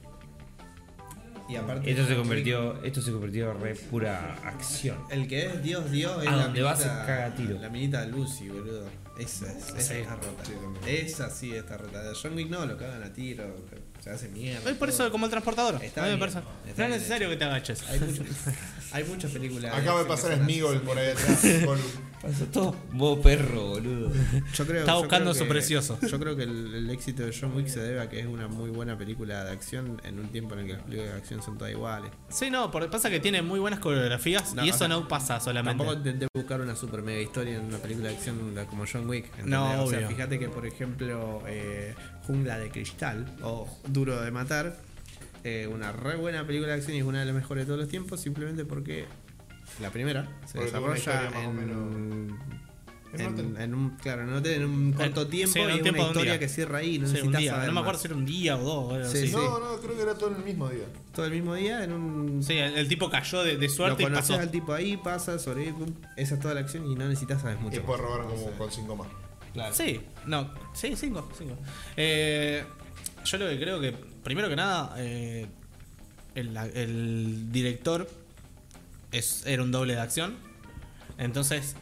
Y aparte. Esto se convirtió, esto se convirtió en re pura acción. El que es Dios, Dios. Es A la donde va se minita- caga tiro. La minita Lucy, boludo. Esa, es- esa está rota. esa sí está rota. John Wick no, lo cagan a tiro. Se hace mierda. Ay, por eso, todo. como el transportador. Está a mí me bien, parece- está No es bien necesario que te agaches. Hay, mucho- hay muchas películas. Acaba de que pasar son así. Smigol por ahí atrás. Gollum. Pasó todo modo perro, boludo. Yo creo- Está yo buscando creo su que- precioso. Yo creo que el, el éxito de John Wick se debe a que es una muy buena película de acción en un tiempo en el que las películas de acción son todas iguales. Sí, no, porque pasa que tiene muy buenas coreografías No, y o eso sea, no pasa solamente. Tampoco intenté buscar una super mega historia en una película de acción como John Wick. ¿entendés? No, o sea, obvio. fíjate que, por ejemplo, eh, Jungla de Cristal o Duro de Matar, eh, una re buena película de acción y es una de las mejores de todos los tiempos, simplemente porque la primera se Porque tuvo una desarrolla historia más o en, menos- en- En un hotel. en un, claro, en un hotel, en un corto En- tiempo Eh, sí, en y un una tiempo de un historia día. que cierra ahí. No Sí, un necesitas día. saber No me más. acuerdo si era un día o dos. algo Sí, así. sí. No, no, creo que era todo en el mismo día. Todo el mismo día en un Sí, el, el tipo cayó de, de suerte lo y conoces pasó. al tipo ahí, pasa, sobre pum, esa es toda la acción y no necesitas saber Y mucho. después más. robaron como con cinco más. Sí, no, sí, cinco, cinco. Eh, yo lo que creo que, primero que nada, eh, el, el director es, era un doble de acción, entonces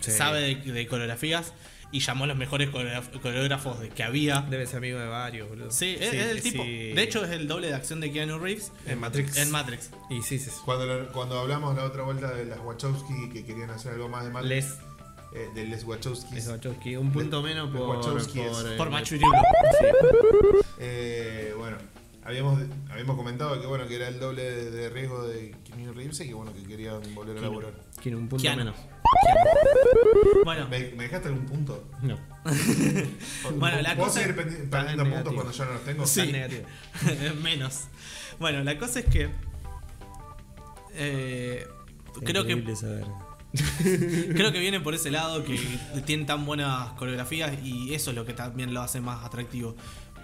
sabe de, de coreografías y llamó a los mejores coreograf- coreógrafos de- que había. Debe ser amigo de varios, boludo. Sí, es, es el sí. tipo. De hecho, es el doble de acción de Keanu Reeves en Matrix. en Matrix. y sí, sí. sí. Cuando, lo- cuando hablamos la otra vuelta de las Wachowski que querían hacer algo más de mal. Les, eh, de les Wachowski. es Wachowski. Un punto Les- menos Les por. Wachowski es- eh, Por Machu Picchu. Eh, bueno, habíamos, habíamos comentado que bueno que era el doble de, de riesgo de Keanu Reeves y que bueno que querían volver a laburar. Quiere un punto Keanu. menos. Bueno, ¿Me, me dejaste algún punto? No. Bueno, la ¿Puedo cosa- seguir perdi- perdiendo en puntos negativo. cuando yo no los tengo? Sí. Tan negativo. Menos. Bueno, la cosa es que. eh, creo que. Increíble saber. Creo que viene por ese lado que tienen tan buenas coreografías y eso es lo que también lo hace más atractivo.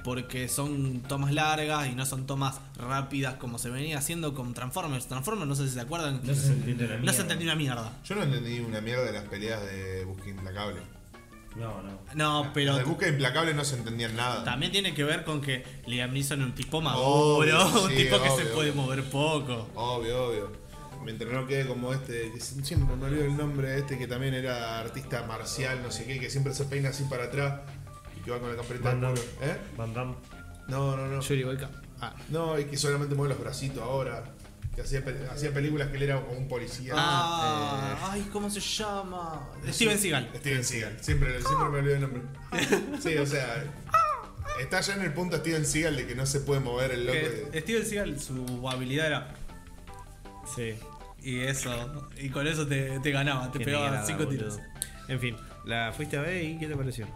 Porque son tomas largas y no son tomas rápidas como se venía haciendo con Transformers. Transformers, no sé si se acuerdan. No se entiende la No mierda. se entendió una mierda. Yo no entendí una mierda de las peleas de Busca Implacable. No, no. No, pero de Busca Implacable no se entendían nada. también tiene que ver con que Liam Neeson es un tipo Obvio, maduro, un sí, tipo que se obvio. puede mover poco. Obvio, obvio. Mientras no quede como este, que siempre me olvido el nombre, este que también era artista marcial, no sé qué, que siempre se peina así para atrás y que va con la camperita Van al Damme. culo. ¿Eh? Van Damme. No, no, no. Yuri Volka. Ah, No, y que solamente mueve los bracitos ahora. Que hacía, pe- hacía películas que él era como un policía. Ah, eh, ay, ¿cómo se llama? Steven Seagal. Steven Seagal. Siempre, siempre me olvido el nombre. Sí, o sea. Está ya en el punto Steven Seagal de que no se puede mover el loco. Que de- Steven Seagal, su habilidad era. sí. Y eso. Y con eso te, te ganaba, te Qué pegaba negrada, 5 boludo. tiros. En fin, la fuiste a ver y ¿qué te pareció?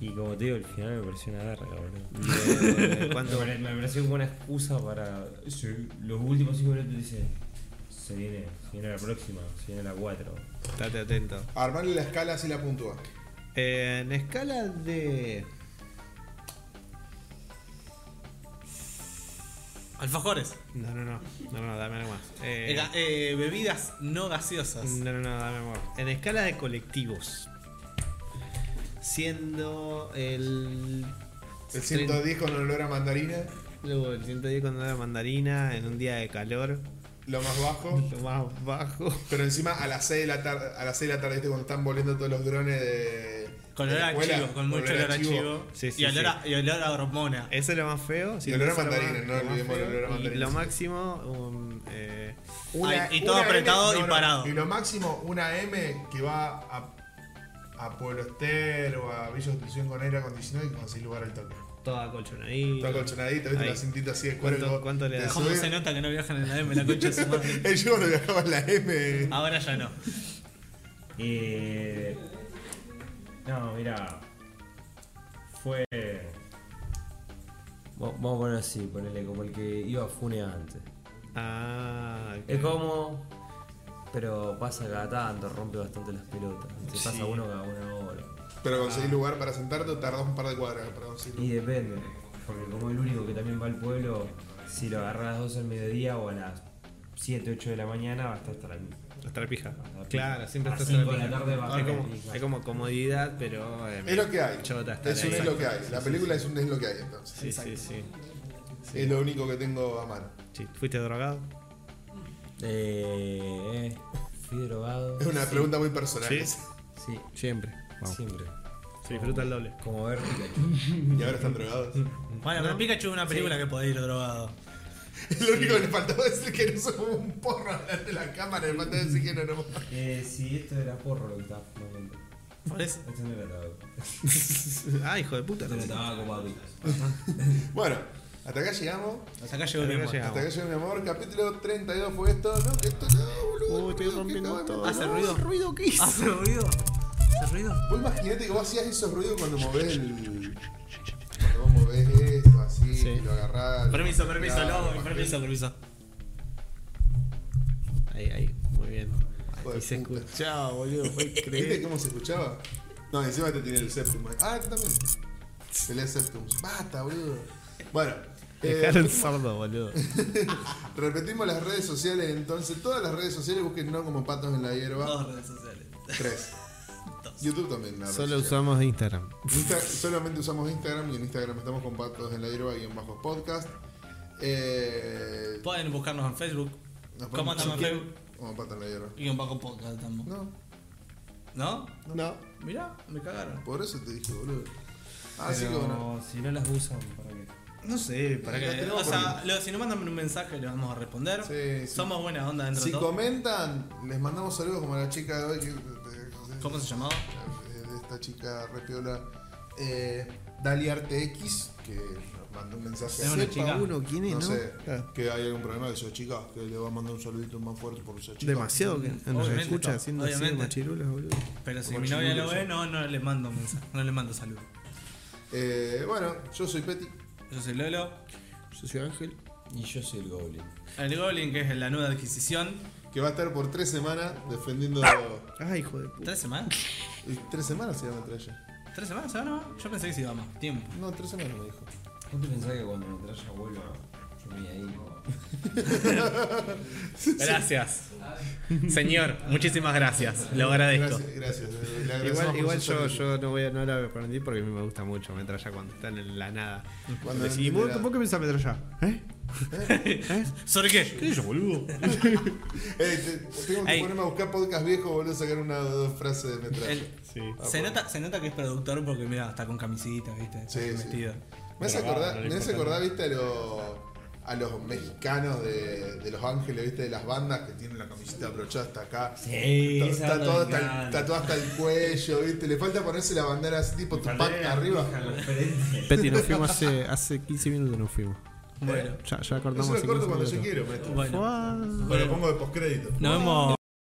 Y como te digo, el final me pareció una verga, boludo. Eh, ¿cuánto? Me, pare- me pareció una excusa para. sí, Los últimos cinco minutos dice. Se viene, se viene la próxima, se viene la 4. Estate atento. Armarle la escala así la puntúa. Eh, en escala de. Alfajores. No, no, no. No, no, dame algo más. Eh, Mm. Eh, ga- eh, bebidas no gaseosas. No, no, no, dame amor. En escala de colectivos. Siendo el. El 110 con olor a mandarina, Luego el 110 cuando era mandarina, en un día de calor, lo más bajo. lo más bajo. Pero encima a las 6 de la tarde, a las 6 de la tarde, ¿viste? cuando están volviendo todos los drones de. Con de olor la a escuela, chivo, con mucho olor a chivo. Sí, sí, y, olor a, y olor a hormona. Eh, Eso es lo más feo. Y olor a eso es lo mandarina, más- no lo más olvidemos el feo. olor a Y mandarina. Lo máximo, un, eh, Ay, y todo apretado M- y parado. Y lo máximo, una M que va a, a Pueblo Ester o a Villa Exclusión con aire acondicionado y conseguir lugar al toque. toda colchonadita. Está colchonadito, viste Ahí. la cintita así de ¿Cuánto- cuerpo. cuánto le Te da? ¿Cómo subís- se nota que no viajan en la M la concha de su madre? El yo no viajaba en la M. Ahora ya no. Eh, no, mira. Fue. Va- Vamos a poner así, ponerle como el que iba a Fune antes. Ah, Es como. Pero pasa cada tanto, rompe bastante las pelotas. Se pasa uno cada una hora. Pero Ah. conseguí lugar para sentarte o tardás un par de cuadras para Y conseguir depende. Porque como el único que también va al pueblo, si lo agarra a las 12 del mediodía o a las 7, 8 de la mañana, va a estar hasta la hasta la pija. hasta la Claro, pija. siempre A estás cinco de la tarde va a Es estar como, la pija. es como comodidad, pero. eh, Es lo que hay. Chota, estar es un ahí. es lo que hay. La película es un es lo que hay entonces. Sí, sí, sí, Es lo único que tengo a mano. Sí, ¿Fuiste drogado? Eh, fui drogado. Es una Sí, pregunta muy personal. Sí, Siempre. siempre. Se disfruta el doble. Como ver Pikachu. Y ahora están drogados. Mm. Bueno, pero Pikachu es una película que podés ir drogado. Es lo único que le faltaba decir que no somos un porro delante de la cámara, le faltaba decir que no nos Eh, sí, esto era porro lo que estaba fumando. Por eso. Esto no era tabaco. ah, hijo de puta. Esto era tabaco, papi. Bueno, hasta acá llegamos. Hasta acá llegó el Hasta acá memoria. Hasta acá llegó mi amor. Capítulo 32 fue esto. No, que esto no, boludo. Uy, estoy ruido, que rompiendo acabo de todo. mandar. ¿Hace ruido? ruido que hizo? ¿Hace ruido? ¿Hace ruido? Vos imaginate que vos hacías esos ruidos cuando movés el. Cuando vos movés esto así, Sí. lo agarrás. lo Permiso, permiso, agarrás, lo no, bajás. permiso, permiso. Ahí, ahí, muy bien. Hijo de Y se puta. escuchaba, boludo, fue ¿Viste increíble. cómo se escuchaba? No, encima te tiene el septum. ahí. Ah, también. Pelea septums. Basta, boludo. Bueno. eh, Dejaron sordo, boludo. repetimos las redes sociales entonces. Todas las redes sociales busquen no como patos en la hierba. Dos redes sociales. Tres. YouTube también. una red Solo social. usamos Instagram. Insta- solamente usamos Instagram y en Instagram estamos con patos en la hierba y en bajo podcast. Eh, Pueden buscarnos en Facebook. nos ¿Cómo podemos- andamos en Facebook? Como patos en la hierba. Y un poco podcast tampoco. No, ¿No? no. Mirá, me cagaron. Por eso te dije, boludo. Ah, Así que bueno. Pero si no las usan, ¿para qué? No sé, para qué tenemos Eh, O sea, lo- si nos mandan un mensaje le vamos a responder. Sí, sí. Somos buena onda dentro Si de todo. comentan, les mandamos saludos como a la chica de hoy que. ¿Cómo se llamaba? De esta chica repiola. Eh, Dali Arte X, que nos mandó un mensaje. Es una Sepa chica. Uno, ¿quién es, No no? Ah. sé, Claro. que hay algún problema de esa chica, que le va a mandar un saludito más fuerte por esa chica. Demasiado que nos Obviamente, escucha haciendo así obviamente. machirulas, boludo. Pero si Como mi el novia chimuelo, lo sí. ve, no, no le mando mensaje. No le mando saludos. Eh, bueno, yo soy Peti. Yo soy Lolo. Yo soy Ángel. Y yo soy el Goblin. El Goblin, que es la nueva adquisición. que va a estar por tres semanas defendiendo. Ay, hijo de puta. ¿Tres semanas? Eh, ¿Tres semanas se llama entre ellas? ¿Tres semanas se van a Yo pensé que se iba más. Tiempo. No, tres semanas me dijo. ¿Vos te pensás que cuando me traiga vuelva? Yo me voy ahí, no. Gracias. Señor, muchísimas gracias. Lo agradezco. Gracias, gracias. eh, le agradecemos Igual, por igual su yo, servicio. yo no voy a no la aprendí porque a mí me gusta mucho metralla cuando están en la nada. Cuando Y no vos, entiende ¿vos qué pensás metralla? ¿Eh? ¿Sobre qué? es boludo? nada. Eh, te- tengo que Ey. ponerme a buscar podcast viejo, boludo, sacar una o dos frases de metralla. El- Ah, se, bueno. nota, se nota que es productor porque, mira, está con camisita, ¿viste? Está Sí, bien sí. vestido. Me hace Grabado, acordar, no le me hace importa acordar, viste, a los, a los mexicanos de, de Los Ángeles, viste, de las bandas que tienen la camiseta brochada hasta acá. Sí, Ta- esa está, banda todo me hasta el- encanta. está todo hasta el cuello, viste. Le falta ponerse la bandera así tipo Tupac arriba. Peti, nos fuimos hace, hace 15 minutos, nos fuimos. Bueno. Ya, ya Eso cortamos. lo hace corto 15 cuando yo minutos. quiero, maestro. Bueno. Fuá. Pero lo pongo de postcrédito. Nos vemos.